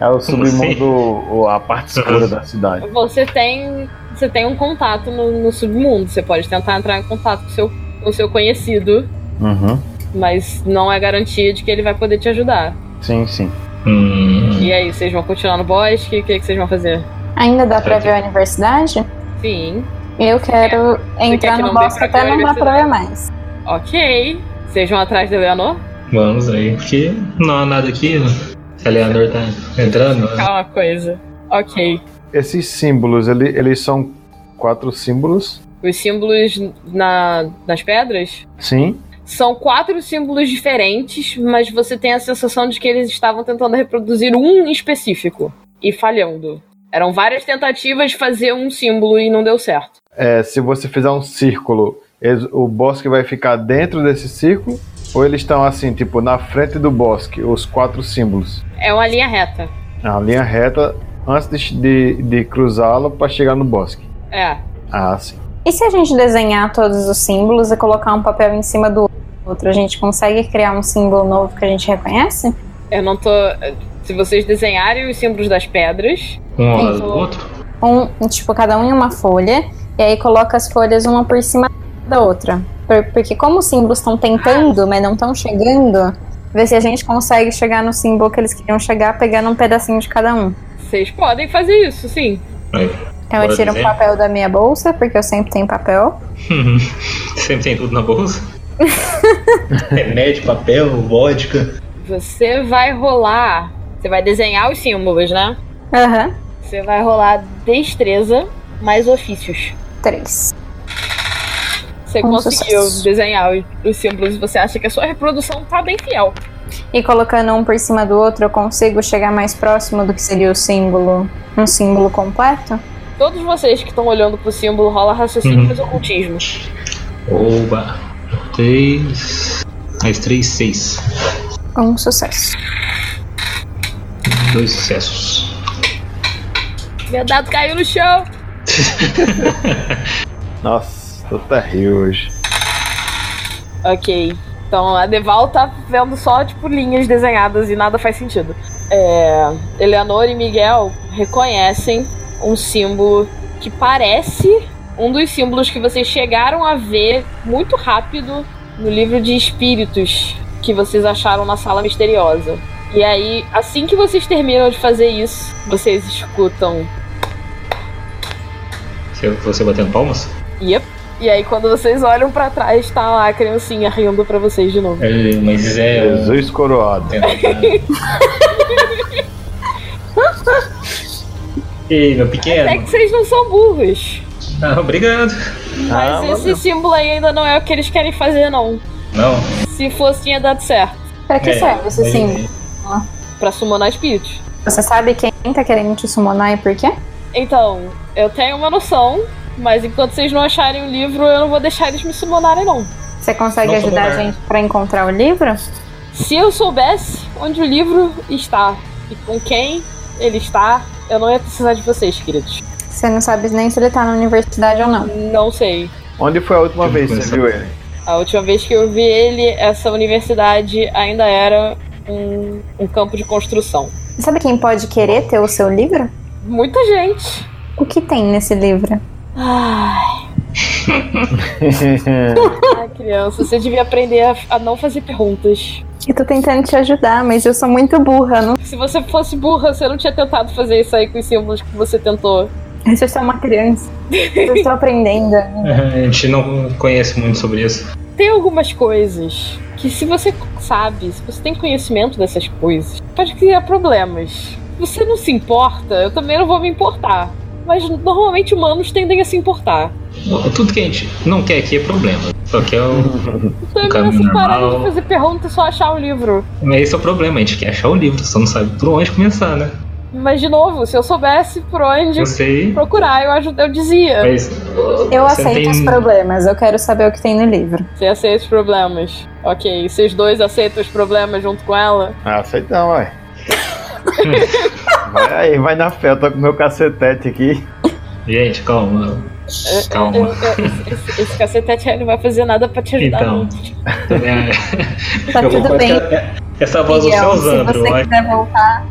S3: É o
S2: Como
S3: submundo, ou a parte escura da cidade.
S1: Você tem. Você tem um contato no, no submundo. Você pode tentar entrar em contato com seu, o seu conhecido,
S3: Uhum.
S1: mas não é garantia de que ele vai poder te ajudar.
S3: Sim, sim.
S2: hum,
S1: E aí, vocês vão continuar no bosque? O que, que vocês vão fazer?
S4: Ainda dá pra
S2: Certo.
S4: ver a universidade?
S1: Sim.
S4: Eu quero entrar
S1: que
S4: no
S1: não
S4: bosque
S1: dê pra ver
S4: até
S1: a
S4: não dá pra ver mais.
S1: Ok. Vocês vão atrás da Eleanor?
S2: vamos aí, porque não há nada aqui. Se a Leonor tá entrando, né?
S1: Calma, coisa. Ok.
S3: Esses símbolos, ele- eles são quatro símbolos?
S1: Os símbolos na, nas pedras
S3: Sim.
S1: São quatro símbolos diferentes, mas você tem a sensação de que eles estavam tentando reproduzir um em específico e falhando. Eram várias tentativas de fazer um símbolo e não deu certo.
S3: É, se você fizer um círculo, eles- o bosque vai ficar dentro desse círculo? Ou eles estão assim, tipo, na frente do bosque, os quatro símbolos?
S1: É uma linha reta.
S3: É uma linha reta antes de, de, de cruzá-lo para chegar no bosque.
S1: É.
S3: Ah, sim.
S4: E se a gente desenhar todos os símbolos e colocar um papel em cima do outro, a gente consegue criar um símbolo novo que a gente reconhece?
S1: Eu não tô. Se vocês desenharem os símbolos das pedras,
S2: um ao
S4: Sim.
S2: lado do outro.
S4: Um, tipo, cada um em uma folha, e aí coloca as folhas uma por cima da outra. Por- porque como os símbolos estão tentando, mas não estão chegando, ver se a gente consegue chegar no símbolo que eles queriam chegar pegando um pedacinho de cada um.
S1: vocês podem fazer isso, sim.
S2: Aí.
S4: Então eu
S2: Bora
S4: tiro um
S2: desenhar?
S4: papel da minha bolsa, porque eu sempre tenho papel.
S2: Uhum. Sempre tem tudo na bolsa. Remédio, papel, vodka.
S1: Você vai rolar. Você vai desenhar os símbolos, né?
S4: Aham.
S1: Você vai rolar destreza mais ofícios.
S4: Três.
S1: Você
S4: Um
S1: conseguiu
S4: sucesso.
S1: desenhar os- os símbolos e você acha que a sua reprodução tá bem fiel.
S4: E colocando um por cima do outro, eu consigo chegar mais próximo do que seria o símbolo. Um símbolo completo?
S1: Todos vocês que estão olhando pro símbolo, rola raciocínio
S2: Uhum.
S1: mas ocultismo.
S2: Oba. Três. Mais três, seis.
S4: Um sucesso.
S2: Dois sucessos.
S1: Meu dado caiu no chão.
S3: Nossa, tô terrível hoje.
S1: Ok. Então a Deval tá vendo só, tipo, linhas desenhadas e nada faz sentido. É, Eleanor e Miguel reconhecem um símbolo que parece um dos símbolos que vocês chegaram a ver muito rápido no livro de espíritos que vocês acharam na sala misteriosa. E aí, assim que vocês terminam de fazer isso, vocês escutam.
S2: Você- Você batendo palmas?
S1: Yep. E aí, quando vocês olham pra trás, tá lá a criancinha rindo pra vocês de novo.
S2: É, mas é. eu-
S3: Jesus coroado.
S2: Ei, meu
S1: Até
S2: pequeno.
S1: É que vocês não são burros.
S2: Ah, obrigado.
S3: Ah,
S1: Mas esse
S3: valeu.
S1: símbolo aí ainda não é o que eles querem fazer, não.
S2: Não.
S1: Se fosse, tinha dado certo.
S4: Pra que
S2: é,
S4: serve esse
S2: mas-
S4: símbolo?
S1: Pra summonar espíritos.
S4: Você sabe quem tá querendo te summonar e por quê?
S1: Então, eu tenho uma noção, mas enquanto vocês não acharem o livro, eu não vou deixar eles me summonarem, não.
S4: Você consegue
S2: Não
S4: ajudar a
S2: summonar.
S4: gente pra encontrar o livro?
S1: Se eu soubesse onde o livro está e com quem ele está, eu não ia precisar de vocês, queridos.
S4: Você não sabe nem se ele tá na universidade ou não.
S1: Não sei.
S3: Onde foi a última
S2: Eu
S3: vez que você
S2: conheço.
S3: viu ele?
S1: A última vez que eu vi ele, essa universidade ainda era um, um campo de construção.
S4: Sabe quem pode querer ter o seu livro?
S1: Muita gente.
S4: O que tem nesse livro?
S1: Ai, criança, você devia aprender a, a não fazer perguntas.
S4: Eu tô tentando te ajudar, mas eu sou muito burra. Não...
S1: Se você fosse burra, você não tinha tentado fazer isso aí com os símbolos que você tentou.
S4: Eu sou só uma criança. Eu estou aprendendo.
S2: A gente não conhece muito sobre isso.
S1: Tem algumas coisas que se você sabe, se você tem conhecimento dessas coisas, pode criar problemas. Se você não se importa, eu também não vou me importar. Mas normalmente humanos tendem a se importar.
S2: Tudo que a gente não quer aqui é problema. Só que é o.
S1: Então é
S2: Cara,
S1: melhor vocês pararem de
S2: normal.
S1: fazer pergunta e só achar o livro.
S2: Esse é o problema, a gente quer achar o livro, só não sabe por onde começar, né?
S1: Mas de novo, se eu soubesse por onde
S2: Eu sei.
S1: procurar, eu, aju- eu dizia.
S2: Mas.
S4: Eu
S2: você
S4: aceito
S2: tem-
S4: os problemas, eu quero saber o que tem no livro.
S1: Você aceita os problemas. Ok, vocês dois aceitam os problemas junto com ela?
S3: Ah, sei não, ué. Vai aí, vai na fé, eu tô com meu cacetete aqui.
S2: Gente, calma.
S1: Eu-
S2: Calma.
S1: eu- esse, esse, esse cacetete aí não vai fazer nada pra te ajudar.
S2: Então.
S1: não.
S4: Tá
S2: Eu
S4: tudo
S2: concordo
S4: bem,
S2: que ela- Essa voz do
S4: Miguel,
S2: seu
S4: se
S2: Zandro,
S4: você
S2: eu acho
S4: quiser voltar.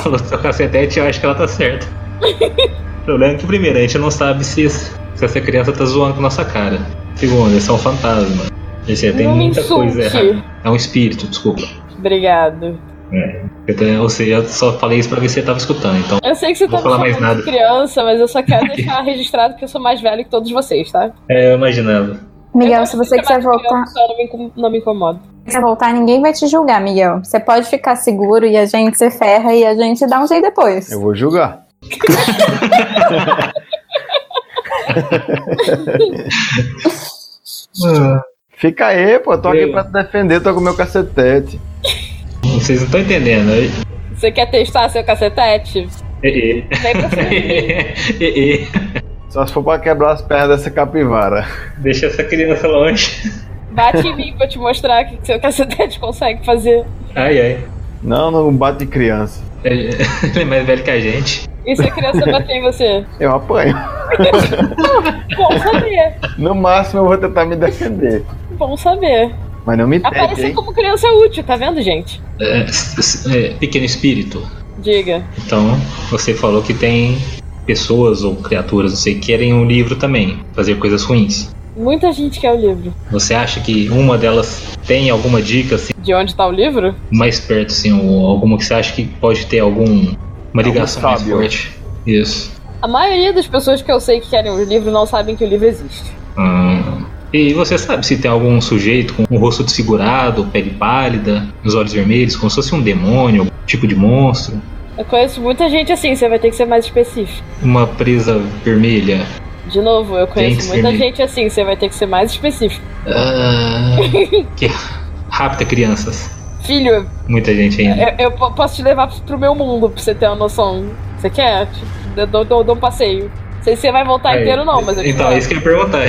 S2: que o seu cacetete, eu acho que ela tá certa. o problema é que, primeiro, a gente não sabe se, se essa criança tá zoando com a nossa cara. Segundo, esse é um fantasma. Esse aí tem
S1: não me
S2: muita coisa errada.
S1: insulte.
S2: É um espírito, desculpa.
S1: Obrigado.
S2: Eu tenho- Ou seja, eu só falei isso pra ver se você tava escutando, então.
S1: Eu sei que você
S2: Não
S1: tá
S2: vou falar mais
S1: chamando de
S2: nada.
S1: criança, mas eu só quero deixar registrado que eu sou mais velho que todos vocês, tá?
S2: É, eu imaginava.
S1: Eu
S4: Miguel, se
S1: gosto de
S4: você quiser
S1: chamar de
S4: voltar,
S1: é criança, Não me, incom- não me incomoda.
S4: quiser voltar, ninguém vai te julgar, Miguel. Você pode ficar seguro e a gente se ferra e a gente dá um jeito depois.
S3: Eu vou julgar. Fica aí, pô, tô
S2: E
S3: aqui
S2: aí?
S3: pra te defender, tô com meu cacetete.
S2: Vocês não estão entendendo. Eu-
S1: Você quer testar seu cacetete?
S2: E-
S1: Vem
S2: e-
S1: pra cima. de mim.
S2: e- e-
S3: Só se for pra quebrar as pernas dessa capivara.
S2: Deixa essa criança longe.
S1: Bate em mim pra eu te mostrar o que seu cacetete consegue fazer.
S2: Ai, ai.
S3: Não, não bate em criança.
S2: Ele é mais velho que a gente.
S1: E se a criança bater em você?
S3: Eu apanho.
S1: Bom saber.
S3: No máximo eu vou tentar me defender.
S1: Bom saber.
S3: Mas não me pegue,
S1: Aparecer
S3: hein?
S1: como criança é útil, tá vendo, gente?
S2: É, s- s- é, pequeno espírito.
S1: Diga.
S2: Então, você falou que tem pessoas ou criaturas, não sei, que querem um livro também, fazer coisas ruins.
S1: Muita gente quer o livro.
S2: Você acha que uma delas tem alguma dica, assim,
S1: De onde tá o livro?
S2: mais perto, assim, ou alguma que você acha que pode ter algum uma ligação mais
S3: sábio.
S2: forte? Isso.
S1: A maioria das pessoas que eu sei que querem o livro não sabem que o livro existe.
S2: Hum. E você sabe se tem algum sujeito com o rosto desfigurado, pele pálida, os olhos vermelhos, como se fosse um demônio, algum tipo de monstro,
S1: Eu conheço muita gente assim, você vai ter que ser mais específico.
S2: uma presa vermelha?
S1: De novo, eu conheço
S2: Gente,
S1: muita
S2: Felipe.
S1: gente assim, você vai ter que ser mais específico.
S2: Ah, que rapta crianças.
S1: Filho,
S2: Muita gente ainda.
S1: É, eu, eu po- posso te levar pro meu mundo pra você ter uma noção. Você quer? Te- Eu dou, dou- dou um passeio. Não sei se você vai voltar
S2: Aí,
S1: inteiro, não, mas eu te
S2: Então, é
S1: levo.
S2: isso que eu ia perguntar.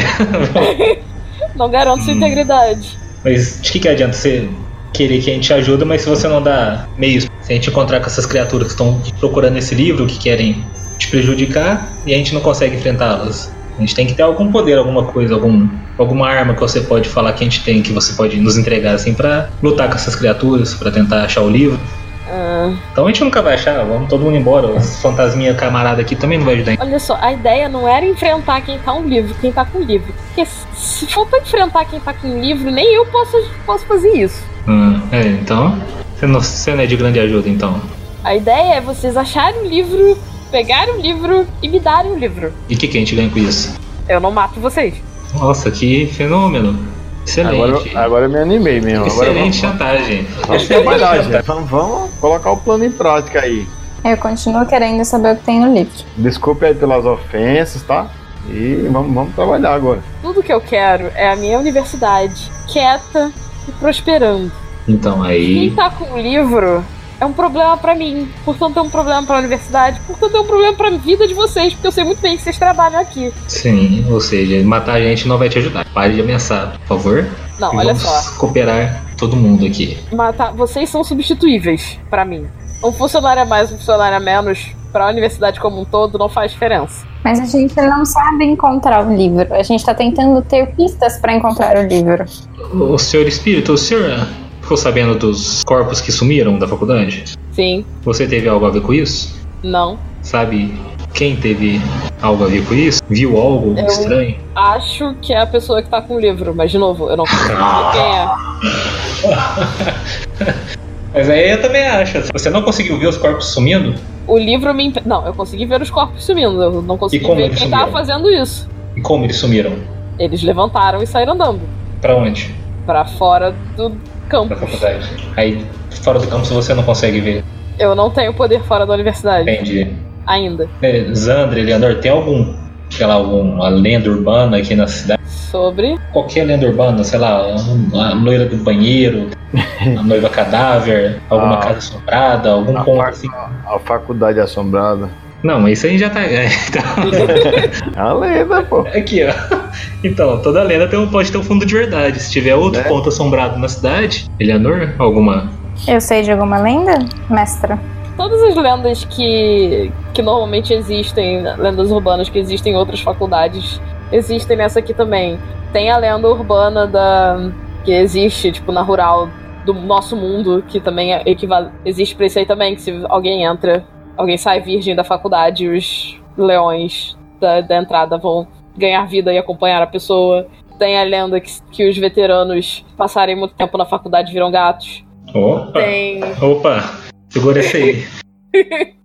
S1: não garanto sua
S2: Hum.
S1: integridade.
S2: Mas de que, que adianta você querer que a gente ajude, mas se você não dá meios, se a gente encontrar com essas criaturas que estão procurando esse livro, que querem te prejudicar, e a gente não consegue enfrentá-las. A gente tem que ter algum poder, alguma coisa, algum, alguma arma que você pode falar que a gente tem, que você pode nos entregar assim pra lutar com essas criaturas, pra tentar achar o livro.
S1: Ah,
S2: Então a gente nunca vai achar, vamos todo mundo embora. Os fantasminha camarada aqui também não vai ajudar.
S1: olha só, a ideia não era enfrentar quem tá um livro, quem tá com livro. Porque se for pra enfrentar quem tá com livro, nem eu posso, posso fazer isso.
S2: Hum, é, então. Você não, você não é de grande ajuda, então.
S1: A ideia é vocês acharem o livro, pegarem o livro e me darem o livro.
S2: E o que, que a gente ganha com isso?
S1: Eu não mato vocês.
S2: Nossa, que fenômeno. Excelente.
S3: Agora, agora eu me animei mesmo. Agora
S2: Excelente
S3: vamos,
S2: chantagem.
S3: vamos trabalhar, gente. Vamos, vamos colocar o plano em prática aí.
S4: Eu continuo querendo saber o que tem no livro.
S3: Desculpe aí pelas ofensas, tá? E vamos, vamos trabalhar agora.
S1: Tudo que eu quero é a minha universidade, quieta e prosperando.
S2: Então,
S1: Quem
S2: aí.
S1: tá com o livro é um problema pra mim, portanto é um problema pra universidade, portanto é um problema pra vida de vocês, porque eu sei muito bem que vocês trabalham aqui.
S2: Sim, ou seja, matar a gente não vai te ajudar. Pare de ameaçar, por favor.
S1: Não,
S2: e
S1: olha
S2: vamos
S1: só,
S2: cooperar todo mundo aqui.
S1: matar, vocês são substituíveis pra mim. Um funcionário a mais, um funcionário a menos, pra universidade como um todo, não faz diferença.
S4: Mas a gente não sabe encontrar o livro. A gente tá tentando ter pistas pra encontrar o livro.
S2: O senhor espírito, o senhor ficou sabendo dos corpos que sumiram da faculdade?
S1: Sim,
S2: Você teve algo a ver com isso?
S1: não,
S2: Sabe quem teve algo a ver com isso? Viu algo
S1: Eu-
S2: estranho?
S1: acho que é a pessoa que tá com o livro, mas de novo, eu não consigo
S2: Ah.
S1: dizer quem é.
S2: Mas aí eu também acho. assim, Você não conseguiu ver os corpos sumindo?
S1: O livro me. imp- Não, eu consegui ver os corpos sumindo. Eu não
S2: E
S1: consegui
S2: como
S1: ver
S2: eles
S1: quem
S2: sumiram?
S1: tava fazendo isso.
S2: E como eles sumiram?
S1: Eles levantaram e saíram andando.
S2: Pra onde?
S1: Pra fora do
S2: Da
S1: campo.
S2: faculdade. Aí fora do campus você não consegue ver.
S1: Eu não tenho poder fora da universidade.
S2: Entendi.
S1: Ainda.
S2: É, Zandra, Eleanor, tem algum, sei lá, alguma lenda urbana aqui na cidade?
S1: Sobre.
S2: Qualquer lenda urbana, sei lá, a loira do banheiro, a noiva cadáver, alguma
S3: Ah.
S2: casa assombrada, algum
S3: A,
S2: conto
S3: fac-
S2: assim.
S3: a faculdade assombrada.
S2: Não, isso aí já tá. é, então-
S3: É uma lenda, pô.
S2: Aqui, ó. Então, toda lenda tem um- pode ter um fundo de verdade. Se tiver outro
S3: Né?
S2: ponto assombrado na cidade, Eleanor, alguma.
S4: Eu sei de alguma lenda, mestra?
S1: Todas as lendas que. que normalmente existem, lendas urbanas que existem em outras faculdades, existem nessa aqui também. Tem a lenda urbana da. que existe, tipo, na rural do nosso mundo, que também é equival... existe pra isso aí também, que se alguém entra, alguém sai virgem da faculdade, os leões da, da entrada vão ganhar vida e acompanhar a pessoa. Tem a lenda que, que os veteranos passarem muito tempo na faculdade viram gatos.
S2: Opa!
S1: Tem.
S2: Opa! Segura esse aí.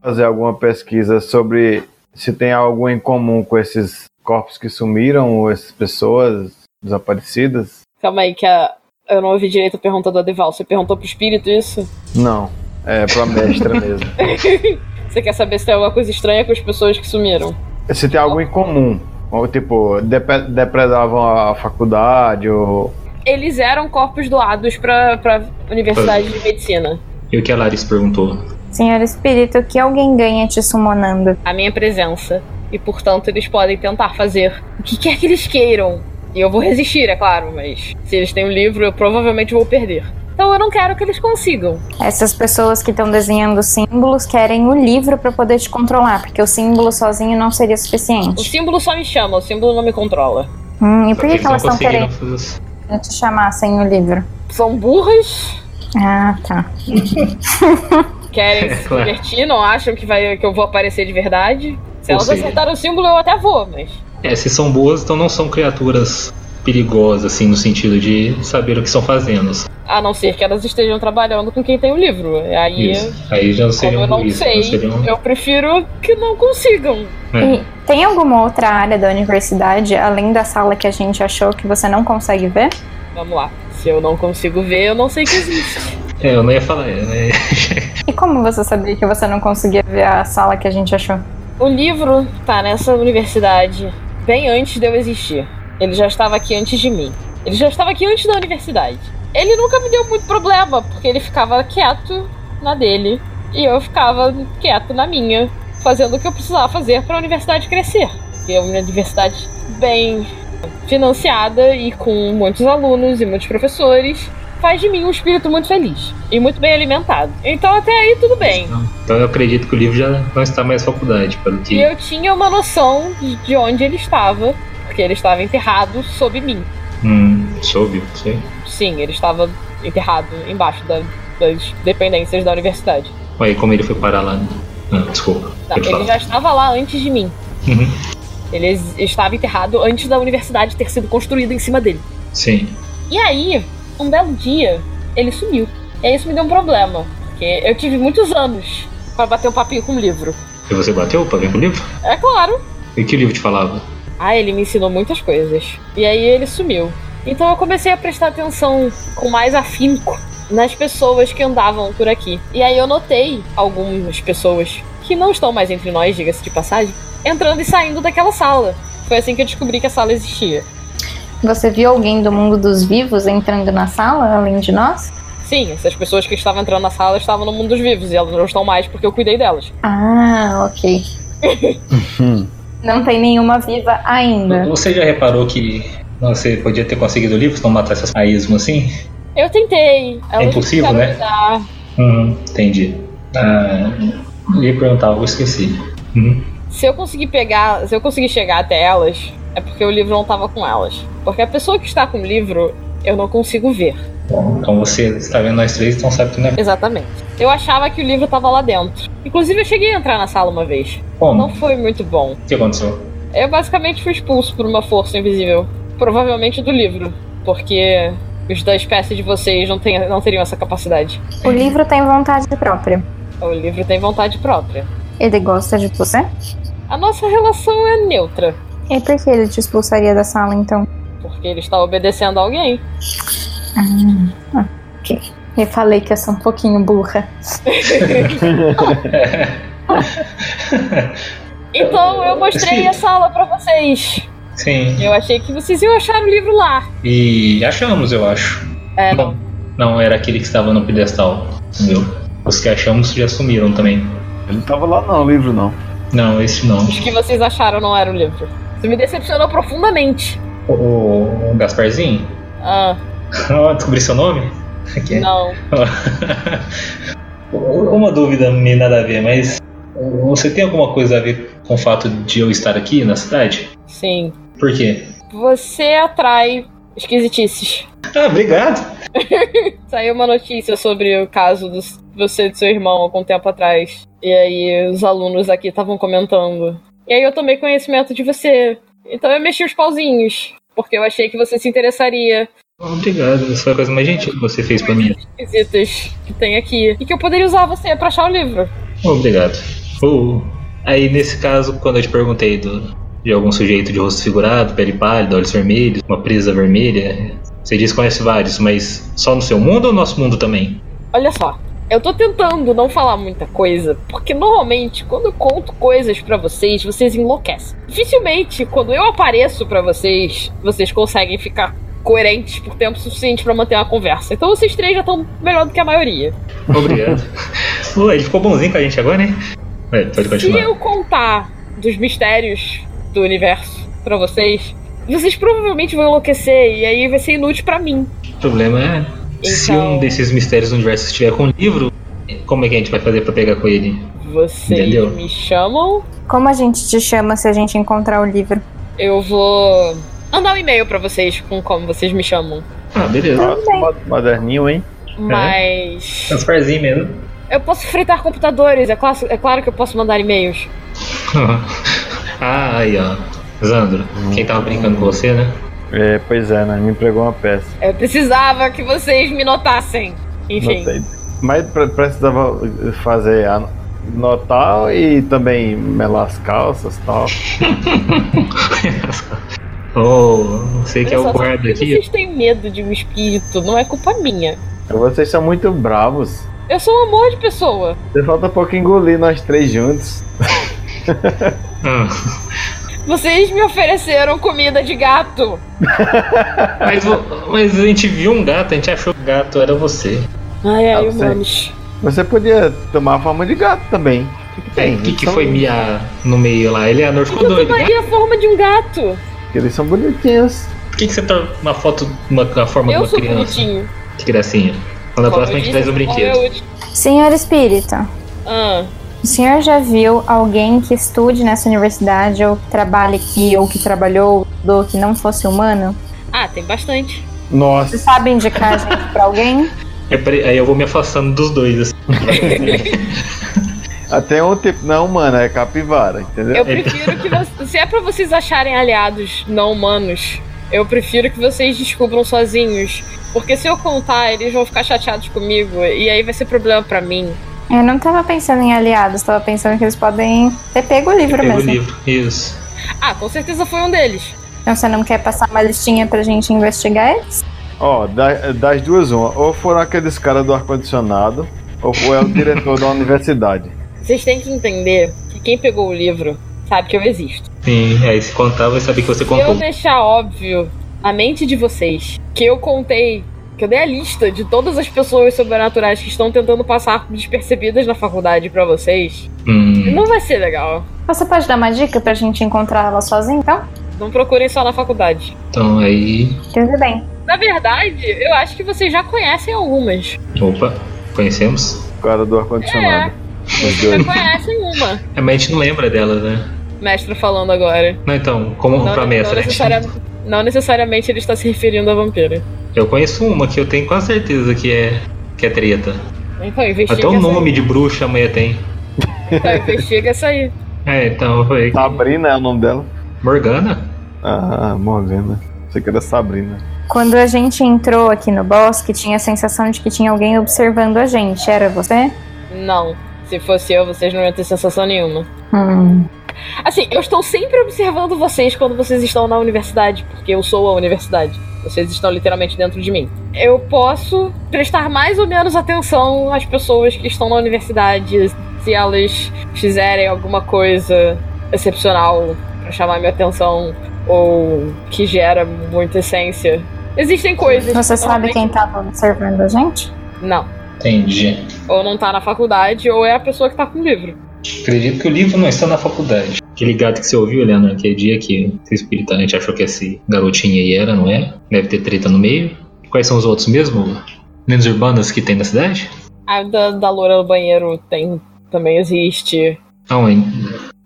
S3: Fazer alguma pesquisa sobre se tem algo em comum com esses corpos que sumiram ou essas pessoas desaparecidas.
S1: Calma aí, que a... eu não ouvi direito a pergunta do Adeval. Você perguntou pro espírito isso?
S3: Não. É pra mestra mesmo.
S1: Você quer saber se tem alguma coisa estranha com as pessoas que sumiram?
S3: Se tem algo em comum. Ou tipo, depe- depredavam a faculdade ou.
S1: Eles eram corpos doados pra, pra Universidade de Medicina.
S2: E o que a Larissa perguntou?
S4: Senhor Espírito, o que alguém ganha te summonando?
S1: a minha presença. E, portanto, eles podem tentar fazer o que quer que eles queiram. E eu vou resistir, é claro, mas se eles têm um livro, eu provavelmente vou perder. Então eu não quero que eles consigam.
S4: Essas pessoas que estão desenhando símbolos querem o livro pra poder te controlar, porque o símbolo sozinho não seria
S1: O
S4: suficiente.
S1: símbolo só me chama, o símbolo não me controla.
S4: Hum, e por que,
S2: Eles
S4: que
S2: não
S4: elas estão
S2: conseguiram
S4: querendo
S2: fazer isso.
S4: te chamar sem o livro?
S1: São burras,
S4: Ah, tá.
S1: querem
S2: É,
S1: se
S2: claro.
S1: divertir, não acham que, vai, que eu vou aparecer de verdade. Se
S2: Ou
S1: elas
S2: seja-
S1: acertarem o símbolo, eu até vou, mas.
S2: É, se são boas, então não são criaturas perigosas, assim, no sentido de saber o que estão fazendo.
S1: A não ser que elas estejam trabalhando com quem tem o livro. Aí,
S2: Isso. Aí já
S1: como
S2: seriam
S1: eu não
S2: isso,
S1: sei,
S2: seriam-
S1: eu prefiro que não consigam.
S2: é.
S4: E tem alguma outra área da universidade, além da sala que a gente achou, que você não consegue ver?
S1: Vamos lá. Se eu não consigo ver, eu não sei que existe.
S2: É, eu não ia falar. é, é.
S4: E como você sabia que você não conseguia ver a sala que a gente achou?
S1: O livro tá nessa universidade bem antes de eu existir. Ele já estava aqui antes de mim. Ele já estava aqui antes da universidade. Ele nunca me deu muito problema, porque ele ficava quieto na dele e eu ficava quieto na minha, fazendo o que eu precisava fazer para a universidade crescer. E é uma universidade bem financiada e com muitos alunos e muitos professores. Faz de mim um espírito muito feliz e muito bem alimentado. Então, até aí, tudo bem.
S2: Então eu acredito que o livro já não está mais na faculdade, pelo que.
S1: E eu tinha uma noção de- de onde ele estava, porque ele estava enterrado sob mim.
S2: Hum, soube, não sei.
S1: Sim, ele estava enterrado embaixo da, das dependências da universidade.
S2: Olha como ele foi parar lá. né? Não, desculpa.
S1: Tá,
S2: Pode
S1: ele
S2: falar.
S1: já estava lá antes de mim.
S2: Uhum.
S1: Ele ex- estava enterrado antes da universidade ter sido construída em cima dele.
S2: Sim.
S1: E aí, um belo dia, ele sumiu. E isso me deu um problema. Porque eu tive muitos anos pra bater um papinho com o livro.
S2: E você bateu pra ver com o livro?
S1: É claro.
S2: E que o livro te falava?
S1: Ah, ele me ensinou muitas coisas. E aí ele sumiu. Então eu comecei a prestar atenção com mais afinco nas pessoas que andavam por aqui. E aí eu notei algumas pessoas que não estão mais entre nós, diga-se de passagem, entrando e saindo daquela sala. Foi assim que eu descobri que a sala existia.
S5: Você viu alguém do mundo dos vivos entrando na sala, além de nós?
S1: Sim, essas pessoas que estavam entrando na sala estavam no mundo dos vivos e elas não estão mais porque eu cuidei delas.
S5: Ah, ok.
S3: Hum.
S5: Não tem nenhuma viva
S4: Né?
S5: ainda.
S2: Você já reparou que você podia ter conseguido o livro se não matasse essas raísmo assim?
S1: Eu tentei. Elas não
S2: impossível, né?
S1: quiseram me dar.
S2: Uhum, entendi. Ah, eu ia perguntar algo, eu esqueci. Uhum.
S1: Se eu conseguir pegar, se eu conseguir chegar até elas, é porque o livro não tava com elas. Porque a pessoa que está com o livro, eu não consigo ver.
S2: Bom, então você está vendo nós três, então sabe que não é.
S1: Exatamente. Eu achava que o livro tava lá dentro. Inclusive, eu cheguei a entrar na sala uma vez. Não
S2: Como?
S1: foi muito bom.
S2: O que aconteceu?
S1: Eu basicamente fui expulso por uma força invisível. Provavelmente do livro. Porque os da espécie de vocês não, tem, não teriam essa capacidade.
S5: O livro tem vontade própria.
S1: O livro tem vontade própria.
S5: Ele gosta de você?
S1: A nossa relação é neutra.
S5: E por que ele te expulsaria da sala então?
S1: Porque ele está obedecendo a alguém.
S5: Eu falei que eu sou um pouquinho burra.
S1: Então eu mostrei
S2: Sim.
S1: a sala pra vocês.
S2: Sim.
S1: Eu achei que vocês iam achar o livro lá.
S2: E achamos, eu acho.
S1: É,
S2: Bom,
S1: não.
S2: Não, era aquele que estava no pedestal. Entendeu? Os que achamos já sumiram também.
S3: Ele não tava lá não, o livro não.
S2: Não, esse não.
S1: Os que vocês acharam não era o livro. Isso me decepcionou profundamente.
S2: O, o Gasparzinho?
S1: Ah,
S2: Ó, descobri seu nome? Aqui.
S1: não.
S2: Uma dúvida, meio nada a ver, mas você tem alguma coisa a ver com o fato de eu estar aqui na cidade?
S1: Sim.
S2: Por quê?
S1: Você atrai esquisitices.
S2: Ah, obrigado!
S1: Saiu uma notícia sobre o caso de você e do seu irmão algum tempo atrás. E aí os alunos aqui estavam comentando. E aí eu tomei conhecimento de você. Então eu mexi os pauzinhos. Porque eu achei que você se interessaria
S2: Obrigado, essa foi a coisa mais gentil que você fez pra mim.
S1: visitas que tem aqui. E que eu poderia usar você pra achar o livro.
S2: Obrigado. Uh, Aí, nesse caso, quando eu te perguntei do- de algum sujeito de rosto figurado, pele pálida, olhos vermelhos, uma presa vermelha, você disse que conhece vários, mas só no seu mundo ou no nosso mundo também?
S1: Olha só, eu tô tentando não falar muita coisa, porque normalmente quando eu conto coisas pra vocês, vocês enlouquecem. Dificilmente quando eu apareço pra vocês, vocês conseguem ficar coerentes por tempo suficiente pra manter uma conversa. Então vocês três já estão melhor do que a maioria.
S2: Obrigado. Ué, ele ficou bonzinho com a gente agora, né? Ué, pode
S1: Se
S2: continuar.
S1: eu contar dos mistérios do universo pra vocês, vocês provavelmente vão enlouquecer e aí vai ser inútil pra mim.
S2: O problema é se
S1: Então-
S2: um desses mistérios do universo estiver com um livro, como é que a gente vai fazer pra pegar com ele?
S1: Vocês
S2: Entendeu?
S1: me chamam
S5: Como a gente te chama se a gente encontrar o livro?
S1: Eu vou mandar um e-mail pra vocês com como vocês me chamam.
S2: Ah, beleza.
S3: Ah, mo- moderninho, hein?
S2: É.
S1: Mas.
S2: Transparzinho mesmo.
S1: Eu posso fritar computadores, é claro, é claro que eu posso mandar e-mails.
S2: ah, aí ó. Zandro, quem tava brincando com você, né?
S3: É, pois é, né? Me entregou uma peça.
S1: Eu precisava que vocês me notassem. Enfim.
S3: Notei. Mas pre- precisava fazer a notar e também melar as calças e tal.
S2: Oh, sei que é
S1: Olha
S2: o
S1: só,
S2: guarda
S1: se
S2: aqui.
S1: Vocês têm medo de um espírito, não é culpa minha.
S3: Vocês são muito bravos.
S1: Eu sou um amor de pessoa.
S3: Você falta pouco engolir nós três juntos.
S2: Ah,
S1: Vocês me ofereceram comida de gato.
S2: mas, o- mas a gente viu um gato, a gente achou que o gato era você.
S1: Ai,
S2: Ah,
S1: ai,
S3: Eu sei.
S1: humanos.
S3: Você podia tomar a forma de gato também. O que, que tem?
S2: É, O que, que
S3: Eles
S2: foi
S3: são-
S2: Mia no meio lá? Eleanor ficou
S1: Eu
S2: doido. né?
S1: tomaria a forma de um gato.
S3: Eles são bonitinhos.
S2: Por que, que você torna uma foto, uma, a forma de
S1: Eu
S2: uma
S1: sou
S2: criança?
S1: bonitinho.
S2: Que gracinha. Quando a
S1: Como
S2: próxima a
S1: eu
S2: gente
S1: disse,
S2: traz o
S1: como
S2: brinquedo.
S1: eu te-
S5: Senhor Espírita,
S1: Ah,
S5: O senhor já viu alguém que estude nessa universidade ou que trabalhe aqui ou que trabalhou do que não fosse humano?
S1: ah tem bastante.
S5: Você
S3: Nossa,
S5: sabe indicar gente pra alguém?
S2: É pre- Aí eu vou me afastando dos dois. assim.
S3: Até um tipo, não, mano, é capivara, entendeu?
S1: Eu prefiro que vocês. Se é pra vocês acharem aliados não humanos, eu prefiro que vocês descubram sozinhos. Porque se eu contar, eles vão ficar chateados comigo. E aí vai ser problema pra mim.
S4: Eu não tava pensando em aliados, tava pensando que eles podem ter pego o livro
S2: Pega o
S4: mesmo.
S2: livro. Isso.
S1: Ah, com certeza foi um deles.
S4: Então você não quer passar uma listinha pra gente investigar eles?
S3: Ó, da- das duas, uma. Ou foram aqueles caras do ar-condicionado, ou foi o diretor da universidade.
S1: Vocês têm que entender que quem pegou o livro sabe que eu existo.
S2: Sim, aí se contar, vai saber que você um-
S1: Se eu
S2: contou.
S1: deixar óbvio a mente de vocês que eu contei, que eu dei a lista de todas as pessoas sobrenaturais que estão tentando passar despercebidas na faculdade pra vocês,
S2: Hum,
S1: não vai ser legal.
S4: Você pode dar uma dica pra gente encontrar ela sozinha, então?
S1: Não procurem só na faculdade.
S2: então aí.
S4: Tudo bem.
S1: Na verdade, eu acho que vocês já conhecem algumas.
S2: Opa, conhecemos?
S3: O cara do ar-condicionado. Os
S1: Já
S3: dois.
S1: conhecem uma.
S2: É, mas a gente não lembra dela, né?
S1: Mestre falando agora.
S2: Não, então, como
S1: Não,
S2: pra
S1: não
S2: mestra.
S1: necessariamente- não necessariamente ele está se referindo à vampira.
S2: Eu conheço uma que eu tenho quase certeza que é, que é treta.
S1: Então investiga
S2: Até o
S1: essa
S2: nome de bruxa a mulher tem.
S1: aí. Então, investiga essa aí.
S2: É, então foi.
S3: Sabrina é o nome dela?
S2: Morgana?
S3: Ah, Morgana. Você que era Sabrina.
S4: Quando a gente entrou aqui no bosque, tinha a sensação de que tinha alguém observando a gente. Era você?
S1: Não. Se fosse eu, vocês não iam ter sensação nenhuma.
S4: Hum.
S1: Assim, eu estou sempre observando vocês quando vocês estão na universidade, porque eu sou a universidade. Vocês estão literalmente dentro de mim. Eu posso prestar mais ou menos atenção às pessoas que estão na universidade, se elas fizerem alguma coisa excepcional pra chamar minha atenção ou que gera muita essência. Existem coisas. que
S4: Você sabe quem
S1: normalmente-
S4: tava observando a gente?
S1: Não.
S2: Entendi.
S1: Ou não tá na faculdade, ou é a pessoa que tá com o livro.
S2: Acredito que o livro não está na faculdade. Aquele gato que você ouviu, Helena, aquele dia que o espiritante achou que esse garotinho aí era, não é? Deve ter treta no meio. Quais são os outros mesmo? Lendas urbanas que tem na cidade?
S1: A da, da loura no banheiro tem. Também existe.
S2: Não, em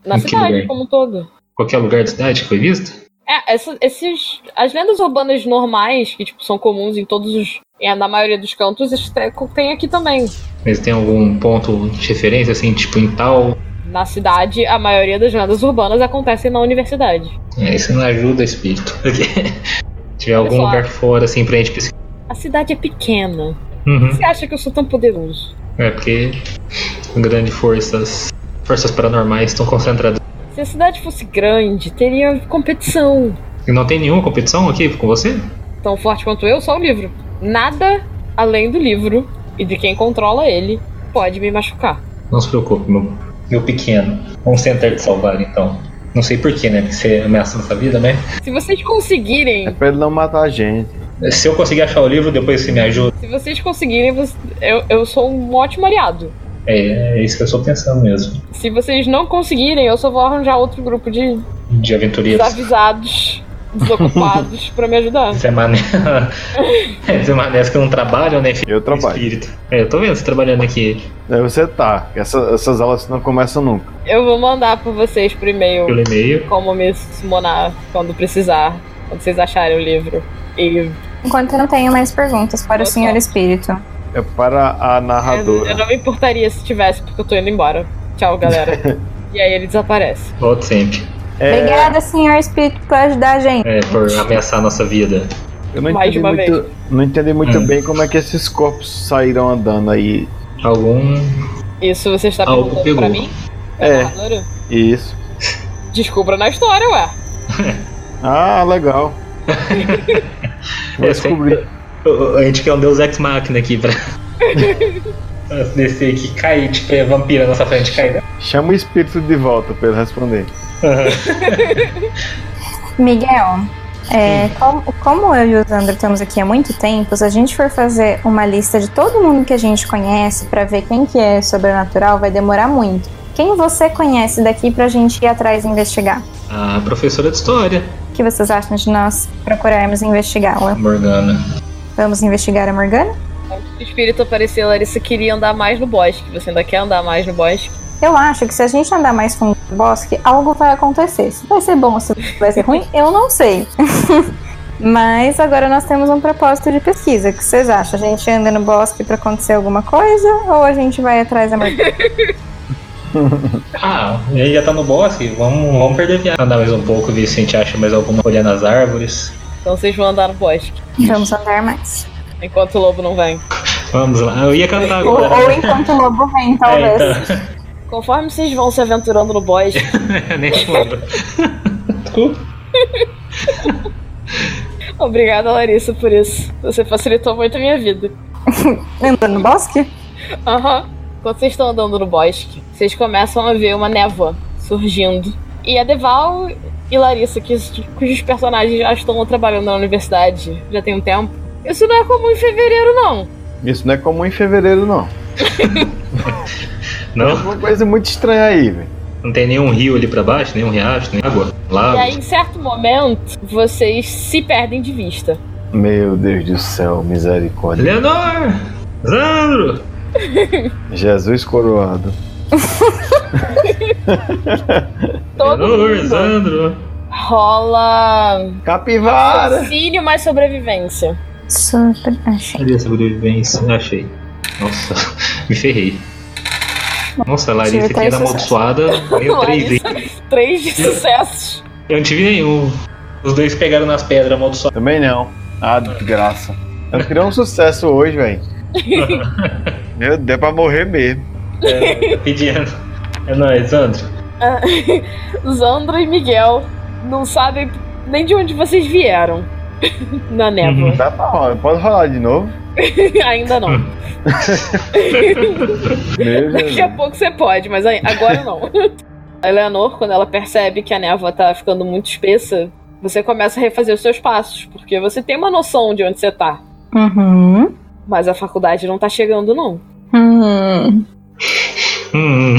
S1: Na
S2: Em que
S1: cidade
S2: lugar?
S1: como um todo.
S2: qualquer lugar da cidade que foi visto?
S1: É, essa- esses, as lendas urbanas normais, que tipo, são comuns em todos os. é, na maioria dos cantos, isso tem- tem aqui também.
S2: Mas tem algum ponto de referência, assim, tipo em tal?
S1: Na cidade, a maioria das lendas urbanas acontecem na universidade.
S2: É, isso não ajuda espírito. Se tiver algum
S1: Pessoal.
S2: lugar fora, assim, pra gente pesquisar.
S1: A cidade é pequena.
S2: Uhum.
S1: Você acha que eu sou tão poderoso?
S2: É porque grandes forças, forças paranormais estão concentradas.
S1: Se a cidade fosse grande, teria competição.
S2: E não tem nenhuma competição aqui com você?
S1: Tão forte quanto eu, só o livro. Nada além do livro e de quem controla ele pode me machucar.
S2: Não se preocupe, meu, meu pequeno. Vamos tentar te salvar, então. Não sei porquê, né? Porque você ameaça nossa vida, né?
S1: Se vocês
S3: É
S1: conseguirem
S3: pra ele não matar a gente.
S2: Se eu conseguir achar o livro, depois você me ajuda.
S1: Se vocês conseguirem, vo- eu, eu sou um ótimo aliado.
S2: É, é isso que eu estou pensando mesmo.
S1: Se vocês não conseguirem, eu só vou arranjar outro grupo de
S2: De aventureiros.
S1: desavisados, desocupados, pra me ajudar.
S2: Zé Mané. É, Zé Manés que não trabalham, né? filho?
S3: Eu trabalho.
S2: Espírito. É, eu tô vendo você trabalhando aqui.
S3: Aí você tá. Essa- essas aulas não começam nunca.
S1: Eu vou mandar por vocês por
S2: Pelo
S1: e-mail
S2: e-mail.
S1: como me summonar quando precisar, quando vocês acharem o livro. E
S4: Enquanto eu não tenho mais perguntas para o
S1: Tá bom.
S4: senhor espírito.
S3: É para
S1: eu, eu
S2: Tá
S3: a narradora.
S1: não me importaria se tivesse, porque eu tô indo embora. Tchau, galera. e aí ele desaparece.
S2: Volto sempre.
S3: É,
S4: Obrigada, senhor espírito, por ajudar a gente.
S2: É, por ameaçar a nossa vida.
S3: eu não
S1: Mais
S3: entendi
S1: uma vez.
S3: muito, não entendi muito
S2: Hum.
S3: bem como é que esses corpos saíram andando aí.
S2: Algum.
S1: Isso você está
S2: Algo
S1: perguntando
S2: pegou.
S1: pra mim?
S3: É.
S1: Narradora?
S3: Isso.
S1: Descubra na história, ué.
S3: Ah, legal. Vou
S2: É,
S3: descobrir.
S2: A gente quer um Deus Ex Machina aqui pra. Descer aqui, cair, tipo, é vampira na nossa frente, cair. né?
S3: Chama o espírito de volta pra ele responder.
S4: Miguel, é, como, como eu e o Sandro estamos aqui há muito tempo, se a gente for fazer uma lista de todo mundo que a gente conhece pra ver quem que é sobrenatural, vai demorar muito. Quem você conhece daqui pra gente ir atrás e investigar?
S2: A professora de história,
S4: O que vocês acham de nós procurarmos investigá-la?
S2: Morgana.
S4: Vamos investigar a Morgana?
S1: O espírito apareceu, Larissa queria andar mais no bosque. Você ainda quer andar mais no bosque?
S4: Eu acho que se a gente andar mais fundo no bosque, algo vai acontecer. Se vai ser bom, se vai ser ruim, eu não sei.
S5: Mas agora nós temos um propósito de pesquisa. O que vocês acham? A gente anda no bosque pra acontecer alguma coisa ou a gente vai atrás da morte?
S2: Ah, a gente já tá no bosque, vamos, vamos perder viagem. Andar mais um pouco, ver se a gente acha mais alguma folha nas árvores.
S1: Então vocês vão andar no bosque.
S5: Vamos andar mais.
S1: Enquanto o lobo não vem.
S2: Vamos lá, eu ia cantar
S5: Ou,
S2: agora. né?
S5: ou enquanto o lobo vem, talvez.
S2: É,
S1: Conforme vocês vão se aventurando no bosque,
S2: então, nem lembro. Desculpa.
S1: obrigada Larissa por isso. Você facilitou muito a minha vida.
S5: Andando no bosque?
S1: Aham. Quando vocês estão andando no bosque, vocês começam a ver uma névoa surgindo. E a Deval e Larissa, que, cujos personagens já estão trabalhando na universidade já tem um tempo. Isso não é comum em fevereiro, não.
S3: Isso não é comum em fevereiro, não. Tem
S2: Não,
S3: alguma coisa muito estranha aí, velho.
S2: não tem nenhum rio ali pra baixo, nenhum riacho, nem
S1: E
S2: água,
S1: aí,
S2: lago.
S1: em certo momento, vocês se perdem de vista.
S3: Meu Deus do céu, misericórdia.
S2: Leonor! Sandro!
S3: Jesus coroado.
S1: Todo
S2: Leonor,
S1: mundo
S2: Sandro!
S1: rola
S3: Capivara!
S1: auxílio mais sobrevivência.
S5: Super. Achei.
S2: Cadê a sobrevivência? Achei. Nossa, me ferrei. Nossa, a Larissa
S5: Tive
S2: que era
S5: três sucessos.
S2: amaldiçoada ganhou três
S1: Larissa.
S2: vezes.
S1: Três de sucessos.
S2: Eu não tive nenhum. Os dois pegaram nas pedras amaldiçoadas.
S3: Também não. Ah, desgraça. Eu queria um sucesso hoje, velho. Meu Deus, deu pra morrer mesmo.
S2: É, pedindo. É nóis, Sandro.
S1: Zandra e Miguel não sabem nem de onde vocês vieram na névoa.
S3: Dá pra rolar. Pode rolar de novo?
S1: Ainda não.
S3: Meu
S1: Daqui a pouco você pode, mas aí- agora não. A Eleanor, quando ela percebe que a névoa tá ficando muito espessa, você começa a refazer os seus passos, porque você tem uma noção de onde você tá.
S5: Uhum.
S1: Mas a faculdade não tá chegando, não.
S5: Hum.
S2: Hum,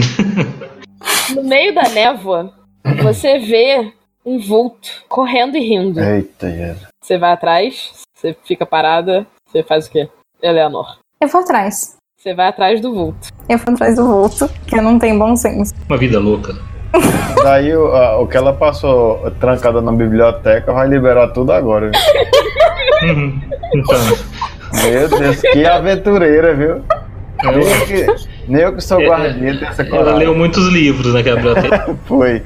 S1: No meio da névoa, você vê um vulto correndo e
S3: É.
S1: rindo.
S3: Eita, Jesus.
S1: Você vai atrás, você fica parada, você faz o quê? Eleanor.
S5: Eu vou atrás.
S1: Você vai atrás do vulto.
S5: Eu vou atrás do vulto, que eu não tenho bom senso.
S2: uma vida louca.
S3: Daí o, a- o que ela passou trancada na biblioteca vai liberar tudo agora. viu?
S2: Hum, Então,
S3: Meu Deus, que aventureira, viu? Nem
S2: eu-
S3: eu que, nem eu que sou guardinha tenho essa
S2: É. ela
S3: coragem.
S2: leu muitos livros naquela biblioteca.
S3: Foi.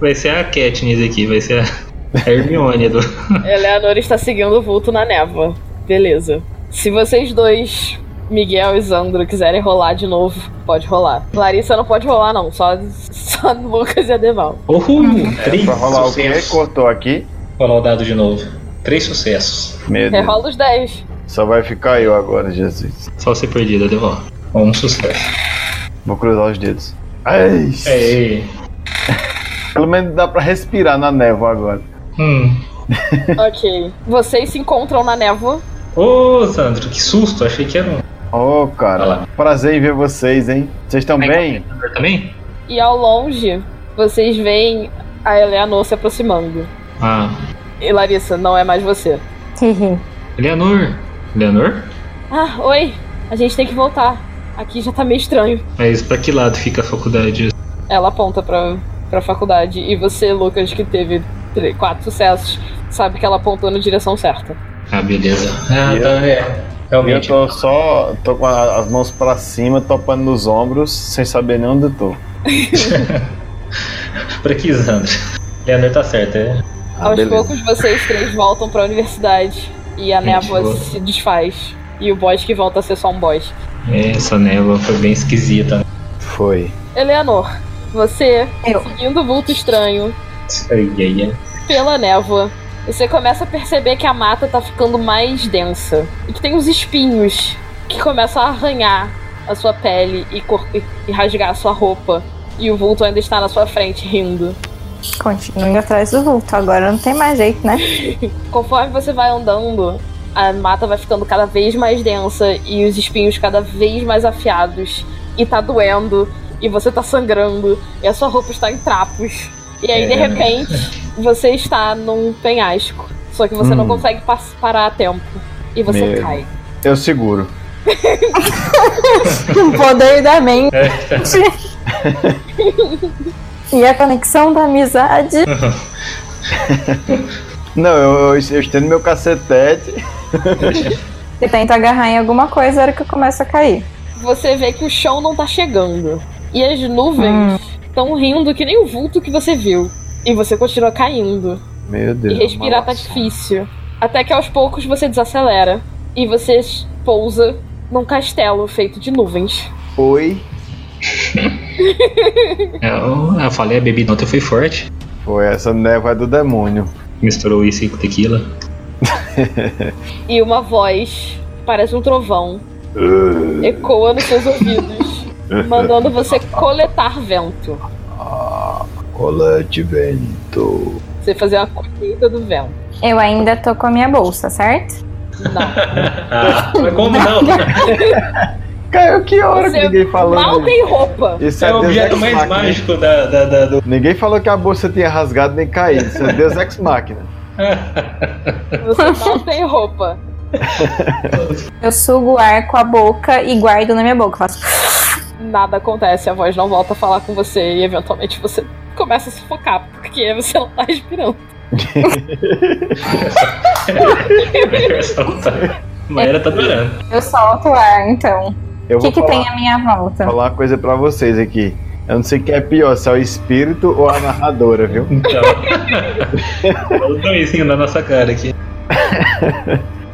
S2: Vai ser a Katniss aqui, vai ser a a Hermione do...
S1: Eleanor está seguindo o vulto na névoa. Beleza. Se vocês dois, Miguel e Zandro, quiserem rolar de novo, pode rolar. Larissa não pode rolar, não. Só, só Lucas e Adeval.
S2: Oh, três
S3: Pra rolar é o que
S2: sucessos.
S3: cortou aqui.
S2: Rolar o dado de novo. Três sucessos.
S3: Meu
S1: É,
S3: Deus.
S1: rola os 10.
S3: Só vai ficar eu agora, Jesus.
S2: Só ser perdida, Devon. Um sucesso.
S3: Vou cruzar os dedos. Ai,
S2: É,
S3: Pelo menos dá pra respirar na névoa agora.
S2: Hum.
S1: ok. Vocês se encontram na névoa.
S2: Ô, Sandro, que susto, achei que era um.
S3: Ô,
S2: Vai
S3: cara,
S2: lá.
S3: prazer em ver vocês, hein? Vocês estão bem?
S2: Também?
S1: E ao longe, vocês veem a Eleanor se aproximando.
S2: Ah.
S1: E Larissa, não é mais você.
S5: Hehe.
S2: Eleanor. Eleanor?
S1: Ah, oi. A gente tem que voltar. Aqui já tá meio estranho.
S2: Mas pra que lado fica a faculdade?
S1: Ela aponta pra, pra faculdade. E você, Lucas, que teve tre- quatro sucessos, sabe que ela apontou na direção certa.
S2: Ah, beleza. Ah,
S3: Eu-
S2: tá, é.
S3: Eu
S2: Realmente.
S3: tô só tô com a- as mãos pra cima, topando nos ombros, sem saber nem onde eu tô.
S2: Pra que, Sandro? Eleanor tá certa, é.
S3: Ah,
S1: Aos
S3: beleza.
S1: poucos, vocês três voltam pra universidade. E a
S2: Gente,
S1: névoa
S2: boa.
S1: se desfaz. E o bosque volta a ser só um bosque.
S2: É, Essa névoa foi bem esquisita.
S3: Foi.
S1: Eleanor, você, tá
S5: Eu.
S1: seguindo o vulto estranho
S2: Ai, ai, ai.
S1: pela névoa, você começa a perceber que a mata tá ficando mais densa. E que tem uns espinhos que começam a arranhar a sua pele e, cor- e- e rasgar a sua roupa. E o vulto ainda está na sua frente, rindo.
S5: Continuo indo atrás do vulto. Agora não tem mais jeito, né?
S1: Conforme você vai andando, a mata vai ficando cada vez mais densa e os espinhos cada vez mais afiados. E tá doendo, e você tá sangrando, e a sua roupa está em trapos. E aí, de
S2: É.
S1: repente, você está num penhasco. Só que você não
S3: Hum.
S1: consegue pas- parar a tempo. E você
S3: Meu.
S1: cai.
S3: Eu seguro.
S5: O poder da mente. e a conexão da amizade.
S3: Não, eu, eu, eu estendo meu cacetete.
S4: Eu tento agarrar em alguma coisa na hora que eu começo a cair.
S1: Você vê que o chão não tá chegando. E as
S3: Hum.
S1: nuvens estão rindo que nem o vulto que você viu. E você continua caindo.
S3: Meu
S1: E
S3: Deus.
S1: respirar tá difícil. Até que aos poucos você desacelera. E você pousa num castelo feito de nuvens.
S3: Foi.
S2: É, Eu, eu falei, a bebida ontem foi forte.
S3: Foi essa névoa do demônio.
S2: Misturou isso com tequila.
S1: E uma voz, que parece um trovão,
S3: Uh,
S1: ecoa nos seus ouvidos, mandando você coletar vento.
S3: Colete vento.
S1: Você fazer uma colheita do vento.
S4: Eu ainda tô com a minha bolsa, certo?
S1: Não.
S2: Ah, mas como não?
S3: Caiu que hora
S1: Você
S3: que ninguém falou.
S1: Mal tem roupa.
S3: Isso
S2: É o
S3: Deus né?
S2: objeto
S3: Ex
S2: mais
S3: Machina.
S2: mágico da, da, da- do.
S3: Ninguém falou que a bolsa tinha rasgado nem caído. Isso é Deus Ex Máquina.
S1: Você mal tem roupa.
S4: Eu sugo o ar com a boca e guardo na minha boca. Faço.
S1: Nada acontece, a voz não volta a falar com você e eventualmente você começa a sufocar, porque você não tá respirando.
S2: Maera tá adorando.
S4: Eu solto o ar, então.
S3: Eu
S4: O que,
S3: vou
S4: que
S3: falar,
S4: tem à minha volta?
S3: falar uma coisa pra vocês aqui. Eu não sei quem é pior, se é o espírito ou a narradora, viu?
S2: Então. Faltou isso assim, na nossa cara aqui.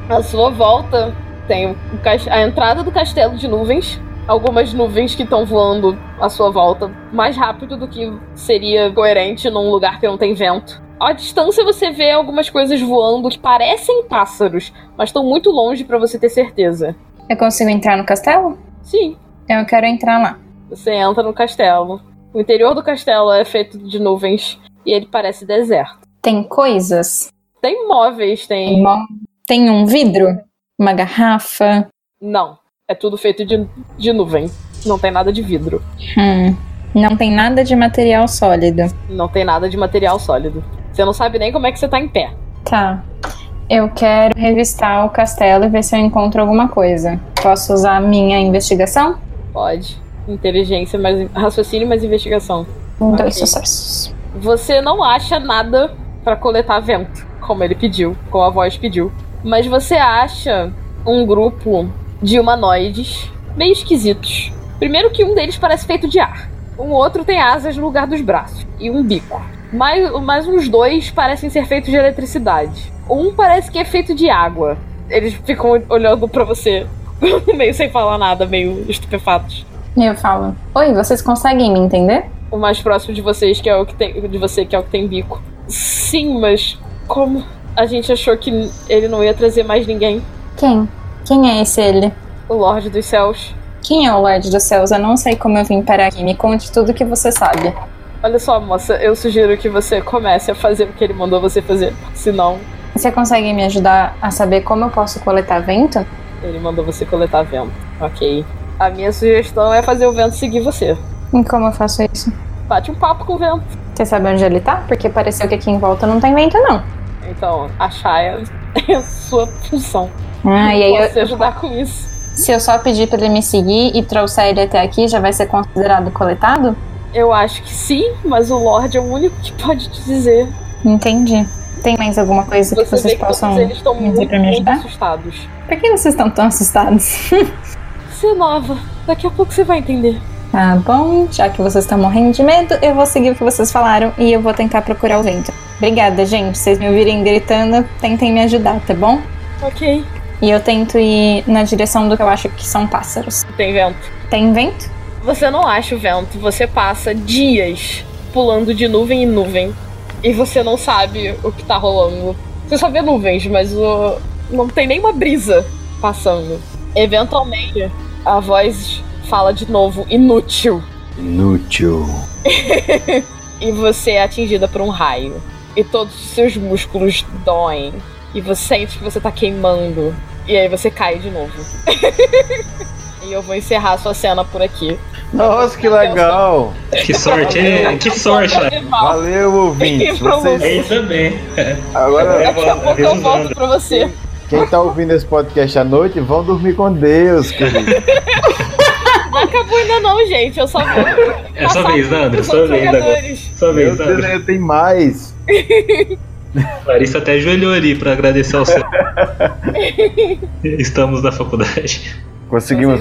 S1: À sua volta tem o cas- a entrada do castelo de nuvens. Algumas nuvens que estão voando à sua volta mais rápido do que seria coerente num lugar que não tem vento. À distância você vê algumas coisas voando que parecem pássaros, mas estão muito longe pra você ter certeza.
S4: Eu consigo entrar no castelo?
S1: Sim,
S4: Então eu quero entrar lá.
S1: você entra no castelo. O interior do castelo é feito de nuvens e ele parece deserto.
S4: Tem coisas?
S1: Tem móveis, tem.
S4: Bom, Tem um vidro? Uma garrafa?
S1: Não, é tudo feito de, de nuvem. Não tem nada de vidro.
S4: Hum, Não tem nada de material sólido.
S1: Não tem nada de material sólido. Você não sabe nem como é que você tá em pé.
S4: Tá. Eu quero revistar o castelo e ver se eu encontro alguma coisa. Posso usar a minha investigação?
S1: Pode. Inteligência, mas raciocínio, mais investigação.
S4: Um, Dois
S1: Ok.
S4: sucessos.
S1: Você não acha nada pra coletar vento, como ele pediu, como a voz pediu. Mas você acha um grupo de humanoides meio esquisitos. Primeiro que um deles parece feito de ar. Um outro tem asas no lugar dos braços e um bico. Mais, mais uns dois parecem ser feitos de eletricidade. Um parece que é feito de água. Eles ficam olhando pra você, meio sem falar nada, meio estupefatos.
S4: Eu falo. Oi, vocês conseguem me entender?
S1: o mais próximo de vocês, que é o que tem. De você, que é o que tem bico. Sim, mas como? A gente achou que ele não ia trazer mais ninguém.
S4: Quem? Quem é esse ele?
S1: O Lorde dos Céus.
S4: Quem é o Lorde dos Céus? Eu não sei como eu vim parar aqui. Me conte tudo que você sabe.
S1: Olha só, moça, eu sugiro que você comece a fazer o que ele mandou você fazer. Senão,
S4: Você consegue me ajudar a saber como eu posso coletar vento?
S1: ele mandou você coletar vento. Ok. A minha sugestão é fazer o vento seguir você.
S4: E "Hum, como eu faço isso?
S1: Bate um papo com o vento.
S4: Você sabe onde ele tá? Porque pareceu que aqui em volta não tem vento, não.
S1: Então, achar é, é a sua função.
S4: Ah, e aí eu-
S1: Posso te ajudar com isso.
S4: se eu só pedir pra ele me seguir e trouxer ele até aqui, já vai ser considerado coletado?
S1: Eu acho que sim, mas o Lorde é o único que pode te dizer
S4: Entendi. Tem mais alguma coisa que
S1: Você
S4: vocês
S1: vê que todos
S4: possam.
S1: eles estão
S4: dizer
S1: muito,
S4: pra me
S1: muito
S4: ajudar?
S1: assustados.
S4: Por que vocês estão tão assustados?
S1: Você é nova, daqui a pouco você vai entender.
S4: Tá bom, já que vocês estão morrendo de medo, eu vou seguir o que vocês falaram e eu vou tentar procurar o vento. Obrigada, gente. Vocês me ouvirem gritando, tentem me ajudar, tá bom?
S1: Ok.
S4: E eu tento ir na direção do que eu acho que são pássaros.
S1: Tem vento.
S4: Tem vento?
S1: Você não acha o vento, você passa dias pulando de nuvem em nuvem e você não sabe o que tá rolando. Você só vê nuvens, mas o... não tem nenhuma brisa passando. Eventualmente, a voz fala de novo, inútil,
S3: Inútil.
S1: e você é atingida por um raio. E todos os seus músculos doem. E você sente que você tá queimando. E aí você cai de novo. e eu vou encerrar a sua cena por aqui.
S3: Nossa, que legal.
S2: Que sorte, é, que sorte, né?
S3: Valeu, ouvintes.
S1: Que bom.
S3: Vocês...
S2: Bem também.
S3: Agora,
S1: Daqui a pouco Ah, eu volto pra você.
S3: quem tá ouvindo esse podcast à noite, vão dormir com Deus, querido.
S1: Não acabou ainda não, gente. Eu só vou
S2: É sua vez, Nandro.
S1: pros
S2: Sua
S1: outros
S2: vez agora.
S1: jogadores.
S2: Sua
S3: Meu
S2: vez,
S3: Deus,
S2: Nandro.
S3: ainda tem mais.
S1: né?
S2: Larissa até ajoelhou ali pra agradecer ao céu. Estamos na faculdade.
S3: Conseguimos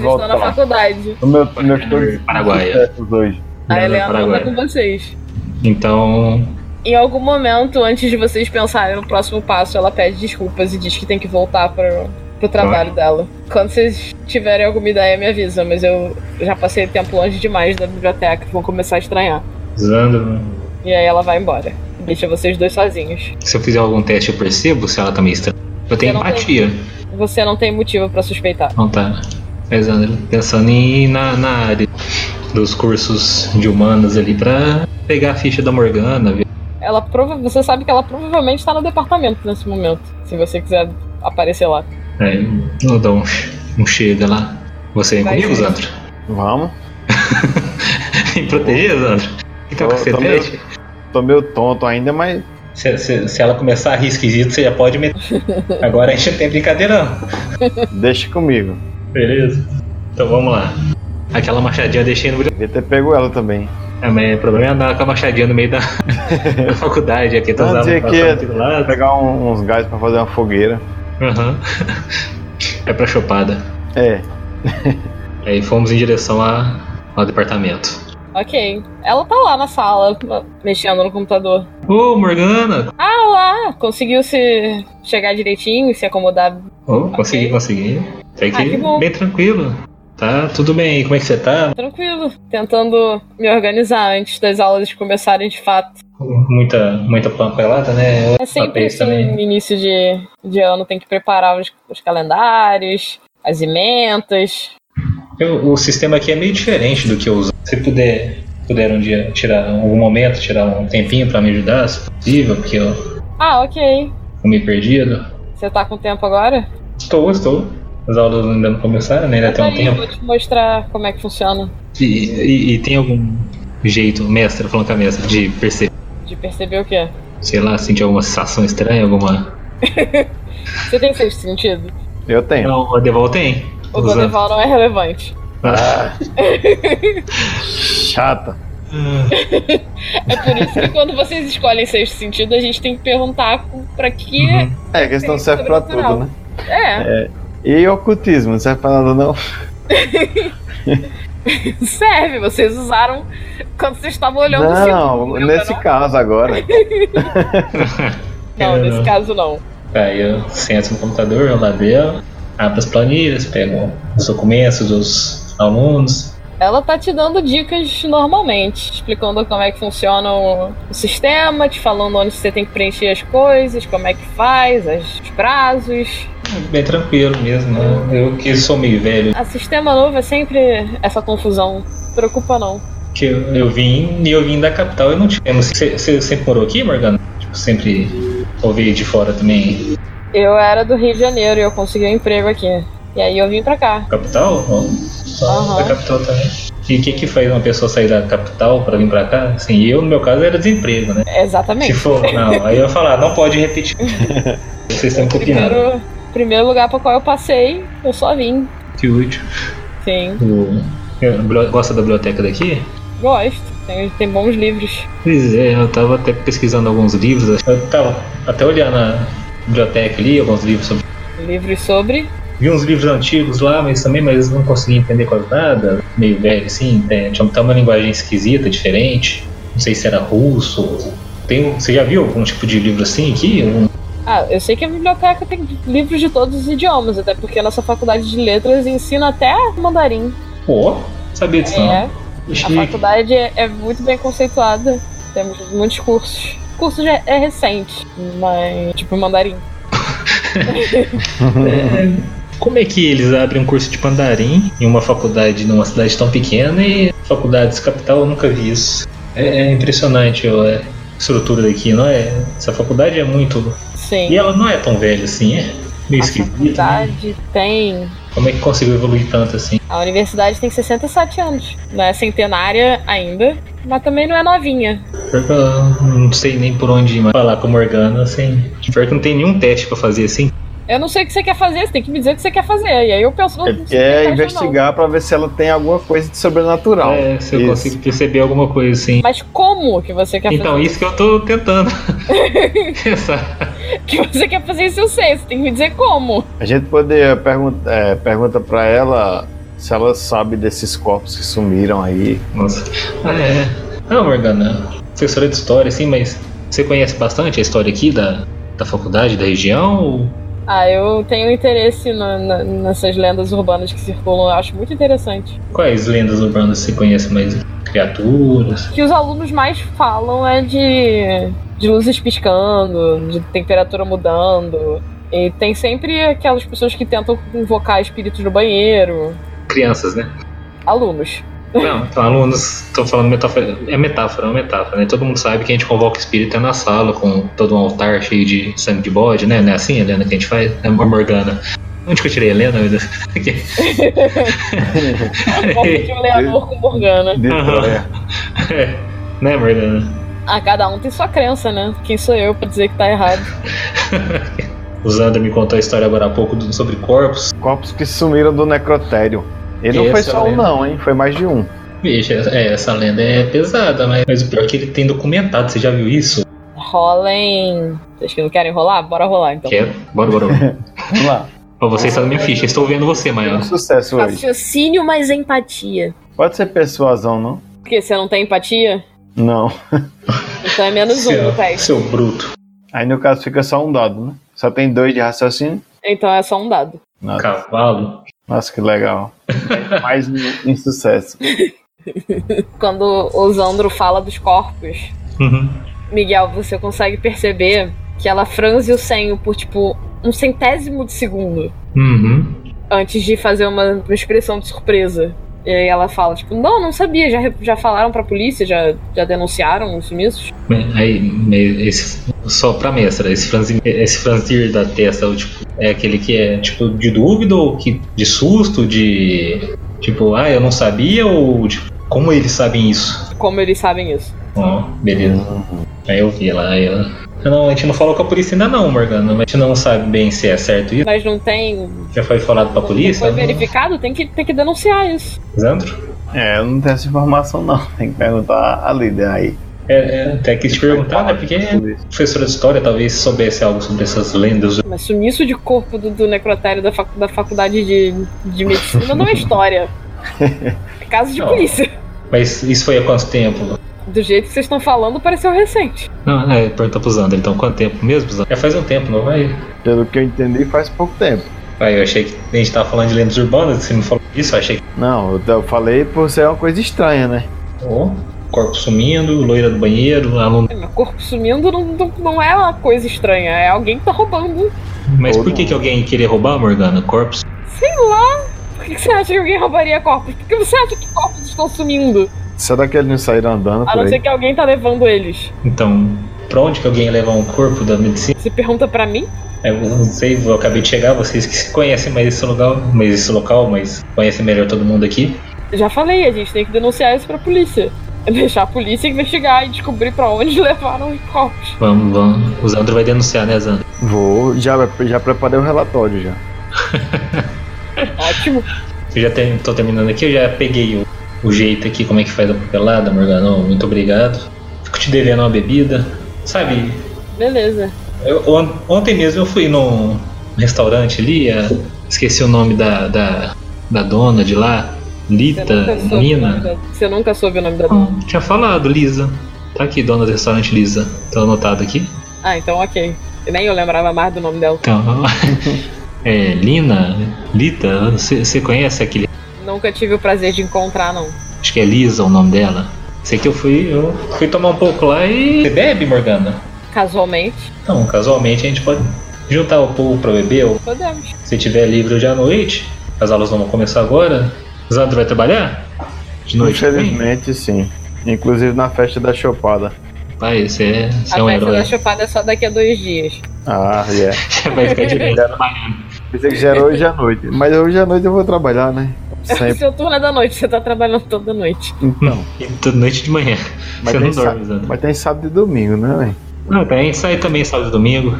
S1: Vocês estão
S3: voltar
S1: na
S3: lá.
S1: faculdade.
S3: O meu, meus dois
S2: Paraguaia.
S3: sucessos hoje.
S1: A
S2: Não,
S1: Eleanor
S2: Paraguai.
S1: tá com vocês.
S2: Então,
S1: Em algum momento, antes de vocês pensarem no próximo passo, ela pede desculpas e diz que tem que voltar pro, pro trabalho dela. Quando vocês tiverem alguma ideia, me avisa, mas eu já passei tempo longe demais da biblioteca, vão começar a estranhar.
S2: Zandro,
S1: E aí ela vai embora. Deixa vocês dois sozinhos.
S2: se eu fizer algum teste eu percebo se ela tá meio estranha. Eu tenho
S1: Eu não
S2: empatia.
S1: Você não tem motivo pra suspeitar.
S2: Não tá. Mas Zandro, pensando em ir na, na área dos cursos de humanas ali pra pegar a ficha da Morgana, ver
S1: Ela prova você sabe que ela provavelmente tá no departamento nesse momento. Se você quiser aparecer lá.
S2: Aí é, eu dou um, ch- um chega lá. Você vem
S1: Vai
S2: comigo,
S1: junto.
S2: Zandro?
S3: Vamos.
S2: Vem proteger, Zandro? Então,
S3: Eu tô meio-
S2: cacetete.
S3: Tô meio tonto ainda, mas
S2: Se, se- se ela começar a rir esquisito, você já pode meter. Agora a gente não tem brincadeira, não.
S3: deixa comigo.
S2: Beleza? Então vamos lá. Aquela machadinha eu deixei no brilho.
S3: Devia ter pego ela também.
S2: É, mas o problema é andar com a machadinha no meio da, da faculdade. Aqui tá
S3: Não,
S2: usando
S3: tinha Então, que-
S2: bastante do
S3: Vou
S2: lado.
S3: pegar um- uns gás pra fazer uma fogueira.
S2: Aham. É pra chopada.
S3: É,
S2: Aí fomos em direção a- ao departamento.
S1: Ok. Ela tá lá na sala, mexendo no computador.
S2: Ô, Morgana!
S1: Ah, lá! Conseguiu se chegar direitinho, se acomodar.
S2: Ô, consegui, consegui. Até que,
S1: Ah, que bom.
S2: bem tranquilo. Tá, tudo bem. E Como é que você tá?
S1: Tranquilo. Tentando me organizar antes das aulas começarem de fato.
S2: Muita, muita panquelada, né?
S1: É sempre
S2: Papéis
S1: assim
S2: também.
S1: no início de, de ano, tem que preparar os, os calendários, as ementas.
S2: Eu- o sistema aqui é meio diferente do que eu uso. Se puder, puder um dia tirar algum momento, tirar um tempinho pra me ajudar, se possível, porque eu
S1: Ah, ok.
S2: eu me perdido.
S1: Você tá com tempo agora?
S2: Estou, estou. As aulas ainda não começaram, né? Ainda tem um
S1: Aí,
S2: tempo.
S1: Vou te mostrar como é que funciona
S2: E, e- e tem algum jeito, mestre, falando com a mestra, de perceber,
S1: de perceber o quê?
S2: sei lá, sentir alguma sensação estranha, alguma.
S1: Você tem sexto sentido?
S3: eu tenho.
S2: Não, É o Deval tem.
S1: O
S2: Usando.
S1: Doneval não é relevante.
S2: Ah,
S3: Chata.
S1: É por isso que quando vocês escolhem sexto sentido, a gente tem que perguntar com- pra que.
S2: uhum.
S3: É, que isso não serve pra tudo, né?
S1: É,
S3: E ocultismo, não serve pra nada não.
S2: É.
S1: serve. Vocês usaram quando vocês estavam olhando o
S3: Não,
S1: segundo, lembra,
S3: nesse caso agora.
S1: não? Não, nesse caso não.
S2: tá, Aí eu sento no computador, eu lado dela, abro as planilhas, pego os documentos dos alunos,
S1: Ela tá te dando dicas normalmente, explicando como é que funciona o, o sistema, te falando onde você tem que preencher as coisas, como é que faz, as- os prazos.
S2: Bem tranquilo mesmo, né? Eu que sou meio velho,
S1: A sistema novo é sempre essa confusão. Preocupa não.
S2: que eu, eu vim e eu vim da capital e não tivemos. Você sempre morou aqui, Morgana? Tipo, sempre ouvi de fora também.
S1: Eu era do Rio de Janeiro e eu consegui um emprego aqui. E aí eu vim pra cá.
S2: Capital? Ou-
S1: Aham.
S2: Da capital também. E o que que faz uma pessoa sair da capital pra vir pra cá? Assim, eu, no meu caso, era desemprego, né? Se
S1: Exatamente.
S2: for, não. Aí eu ia falar, não pode repetir. Vocês estão copiando.
S1: Primeiro, primeiro lugar pra qual eu passei, eu só vim.
S2: Que útil.
S1: Sim,
S2: O- eu- bibli- Gosta da biblioteca daqui?
S1: gosto. Tem, tem bons livros.
S2: Pois é, eu tava até pesquisando alguns livros. Eu tava até olhando na biblioteca ali, alguns livros sobre.
S1: Livros sobre.
S2: Vi uns livros antigos lá, mas também mas não consegui entender quase nada. Meio velho, assim, tem- tinha até uma linguagem esquisita, diferente. Não sei se era russo. Tem, um- você já viu algum tipo de livro assim aqui? Um-
S1: Ah, eu sei que a biblioteca tem livros de todos os idiomas, até porque a nossa faculdade de letras ensina até mandarim.
S2: Pô, sabia disso
S1: É,
S2: não.
S1: a
S2: Chique.
S1: faculdade é, é muito bem conceituada. Temos muitos cursos. O curso já é recente, mas tipo mandarim.
S2: Como é que eles abrem um curso de mandarim em uma faculdade numa cidade tão pequena e faculdades capital eu nunca vi isso. É, é impressionante ó, é, a estrutura daqui, não é? Essa faculdade é muito. E
S1: Sim.
S2: ela não é tão velha assim, é? Meio
S1: A
S2: esquisita. né?
S1: faculdade tem
S2: Como é que conseguiu evoluir tanto assim?
S1: A universidade tem 67 anos. Não é centenária ainda, mas também não é novinha.
S2: Pior que Eu não sei nem por onde mais falar com a Morgana, assim. Pior que não tem nenhum teste pra fazer assim.
S1: Eu não sei o que você quer fazer, você tem que me dizer o que você quer fazer. E aí eu
S2: É,
S1: penso no.
S3: Ele quer investigar pra ver se ela tem alguma coisa de sobrenatural.
S2: É, se eu
S3: Isso.
S2: consigo perceber alguma coisa, assim.
S1: Mas como que você quer
S2: Então,
S1: fazer
S2: isso que eu tô tentando pensar.
S1: Que você quer fazer isso eu sei, você tem que me dizer como.
S3: A gente poderia perguntar é, pergunta pra ela se ela sabe desses corpos que sumiram aí.
S2: Nossa. Ah, é. Não, Morgana, professora de história, assim, mas você conhece bastante a história aqui da, da faculdade, da região? Ou...
S1: Ah, eu tenho interesse na- na- nessas lendas urbanas que circulam, eu acho muito interessante.
S2: Quais lendas urbanas você conhece mais? Criaturas?
S1: O que os alunos mais falam é de, de luzes piscando, de temperatura mudando. E tem sempre aquelas pessoas que tentam invocar espíritos no banheiro.
S2: Crianças, né?
S1: Alunos.
S2: Não, então, alunos, tô falando metáfora. É metáfora, é uma metáfora, né? Todo mundo sabe que a gente convoca o espírito é na sala, com todo um altar cheio de sangue de bode, né? Não é assim, Helena, que a gente faz? É uma Morgana. Onde que eu tirei a Helena? meu Deus? Aqui.
S1: Como de um Leonor com Morgana.
S3: De
S2: Aham.
S3: Troia.
S2: É, né, Morgana?
S1: Ah, cada um tem sua crença, né? Quem sou eu pra dizer que tá errado?
S2: O Zandra me contou a história agora há pouco do- sobre corpos.
S3: Corpos que sumiram do necrotério. Ele não foi
S2: Esse eu
S3: só um,
S2: lembro.
S3: não, hein? Foi mais de um.
S2: Bicho, é, essa lenda é pesada, mas, mas o pior é que ele tem documentado, você já viu isso?
S1: Rolem. Vocês que não querem rolar? Bora rolar então.
S2: Que é. Bora, bora. bora.
S3: Vamos lá.
S2: Ó, você está na minha ficha, estou vendo você, Maia.
S3: Um sucesso hoje.
S1: Raciocínio mais empatia.
S3: Pode ser persuasão, não?
S1: Porque você não tem empatia?
S3: Não.
S1: Então é menos um no teste.
S2: seu bruto.
S3: Aí no caso fica só um dado, né? Só tem dois de raciocínio.
S1: Então é só um dado.
S3: Nossa,
S2: Cavalo.
S3: nossa, que legal. Mais um, um sucesso.
S1: Quando o Zandro fala dos corpos,
S2: Uhum.
S1: Miguel, você consegue perceber que ela franze o senho por tipo um centésimo de segundo
S2: Uhum.
S1: antes de fazer uma, uma expressão de surpresa. E aí ela fala, tipo, não, não sabia, já, re- já falaram pra polícia, já, já denunciaram os sumiços?
S2: Bem, Aí, me- esse, só pra mestra, esse franzir, esse franzir da testa, o tipo, é aquele que é tipo de dúvida ou que, de susto, de tipo, ah, eu não sabia ou tipo, como eles sabem isso?
S1: Como eles sabem isso?
S2: Ó, beleza. Aí eu vi lá, aí ela. "Ah, Não, a gente não falou com a polícia ainda não, Morgana, mas a gente não sabe bem se é certo isso.
S1: Mas não tem.
S2: Já foi falado pra polícia?
S1: Foi verificado, tem que, tem que denunciar isso.
S2: Zandro?
S3: É, eu não tenho essa informação, não. Tem que perguntar a líder aí.
S2: É, é, até quis te perguntar, né? Porque professora de história talvez soubesse algo sobre essas lendas.
S1: Mas sumiço de corpo do, do necrotério da, facu- da faculdade de, de medicina não é história. É caso de
S2: Não.
S1: polícia.
S2: Mas isso foi há quanto tempo?
S1: Do jeito que vocês estão falando, pareceu recente.
S2: Não, é, pergunta pro Zander, então, quanto tempo mesmo, Zander? Já faz um tempo, não vai?
S3: Pelo que eu entendi, faz pouco tempo.
S2: Aí eu achei que a gente tava falando de lendas urbanas, você me falou isso, eu achei que.
S3: Não, eu, eu falei por ser uma coisa estranha, né?
S2: Ó, corpo sumindo, loira do banheiro, aluno.
S1: É, Meu corpo sumindo não, não, não é uma coisa estranha, é alguém que tá roubando.
S2: Mas
S3: Ou
S2: por que,
S3: não.
S2: que alguém queria roubar, Morgana? Corpos?
S1: Sei lá. Por que que você acha que alguém roubaria corpos? Por que você acha que corpos estão sumindo?
S3: Será que eles não saíram andando
S1: A
S3: por
S1: não ser
S3: aí?
S1: que alguém tá levando eles.
S2: Então, pra onde que alguém ia levar um corpo da medicina? É,
S1: Você pergunta pra mim?
S2: Eu não sei, eu acabei de chegar, vocês que se conhecem mais esse lugar, mais esse local, mas conhecem melhor todo mundo aqui.
S1: Já falei, a gente tem que denunciar isso pra polícia. É Deixar a polícia investigar e descobrir pra onde levaram os corpos.
S2: Vamos, vamos. O Zandro vai denunciar, né, Zandro?
S3: Vou, já, já preparei o relatório já.
S1: Ótimo.
S2: Eu já te- tô terminando aqui, eu já peguei o, o jeito aqui, como é que faz a papelada, Morgana. Ô, Muito obrigado. Fico te devendo uma bebida. Sabe,
S1: Beleza.
S2: eu- on- ontem mesmo eu fui num restaurante ali, a- esqueci o nome da, da, da dona de lá,
S1: Você é
S2: Lita,
S1: nunca soube o nome
S2: Nina.
S1: da- Você nunca soube o nome da dona.
S2: Não, tinha falado, Lisa. Tá aqui, dona do restaurante Lisa. Tá anotado aqui.
S1: Ah, então ok. Nem eu lembrava mais do nome dela.
S2: Então, é, Lina, Lita, você você conhece aquele
S1: Nunca tive o prazer de encontrar, não.
S2: Acho que é Lisa o nome dela. Sei que eu fui, eu fui tomar um pouco lá e. Você bebe, Morgana?
S1: Casualmente,
S2: Então, casualmente a gente pode juntar o povo pra beber. Ou,
S1: podemos.
S2: se tiver livre hoje à noite, as aulas não vão começar agora. Zandro vai trabalhar? De noite? também?
S3: Infelizmente, sim. Inclusive na festa da chopada.
S2: Pai, você é, você é
S1: a
S2: um
S1: festa da
S2: herói.
S1: chupada é só daqui a dois dias.
S3: Ah, yeah.
S2: Você vai ficar de bem trabalhando.
S3: Pensei que já era hoje à noite. Mas hoje à noite eu vou trabalhar, né? Sempre.
S1: Seu turno é da noite, você tá trabalhando toda noite.
S3: Então.
S2: E toda noite de manhã.
S3: Mas
S2: você
S3: tem,
S2: não
S3: sá-
S2: dorme, Zandro.
S3: mas tem sábado e domingo, né, velho?
S2: Não, tem, sai também sábado e domingo.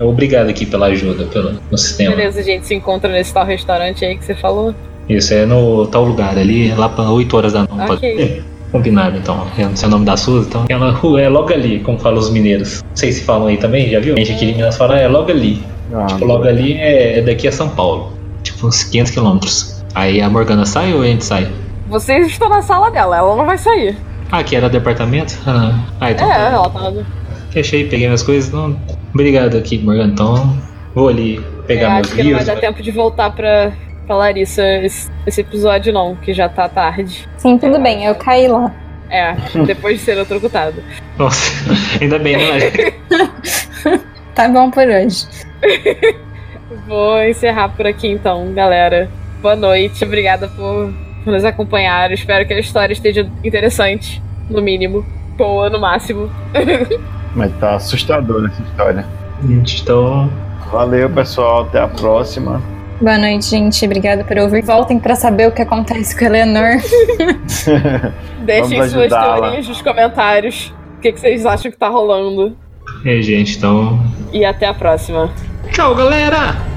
S2: Obrigado aqui pela ajuda, pelo no sistema.
S1: Beleza, a gente se encontra nesse tal restaurante aí que você falou.
S2: Isso é no tal lugar ali, lá para 8 horas da noite.
S1: Ok.
S2: É, Combinado, então. Eu não sei o nome da Suzy, então. Ela "Uh, é logo ali, como falam os mineiros. Não sei se falam aí também, já viu? A gente aqui de Minas fala, "Ah, é logo ali.
S3: Ah,
S2: Tipo, logo ali é, é daqui a São Paulo. Tipo, uns 500 quilômetros. Aí a Morgana sai ou a gente sai?
S1: Vocês estão na sala dela, ela não vai sair.
S2: Ah, aqui era departamento? Ah, ah,
S1: É,
S2: então. tá.
S1: ela tá.
S2: Fechei, peguei minhas coisas. Não... Obrigado aqui, Morgana. Então, vou ali
S1: Eu
S2: pegar né?
S1: é,
S2: meus
S1: acho que não vai
S2: livros.
S1: dar tempo de voltar pra, pra Larissa esse, esse episódio, não, que já tá tarde.
S5: Sim, tudo bem, eu caí lá.
S1: É, depois de ser eletrocutado.
S2: Nossa, ainda bem, né? Lari?
S5: Tá bom por hoje.
S1: Vou encerrar por aqui então, galera. Boa noite, obrigada por, por nos acompanhar. Espero que a história esteja interessante, no mínimo. Boa, no máximo.
S3: Mas tá assustador essa história.
S2: Gente, então.
S3: Valeu, pessoal. Até a próxima.
S5: Boa noite, gente. Obrigada por ouvir. Voltem pra saber o que acontece com a Eleanor.
S1: Deixem
S3: Vamos
S1: suas
S3: ajudá-la.
S1: teorias nos comentários. O que, que vocês acham que tá rolando?
S2: É, gente, então.
S1: E até a próxima.
S2: Tchau, galera!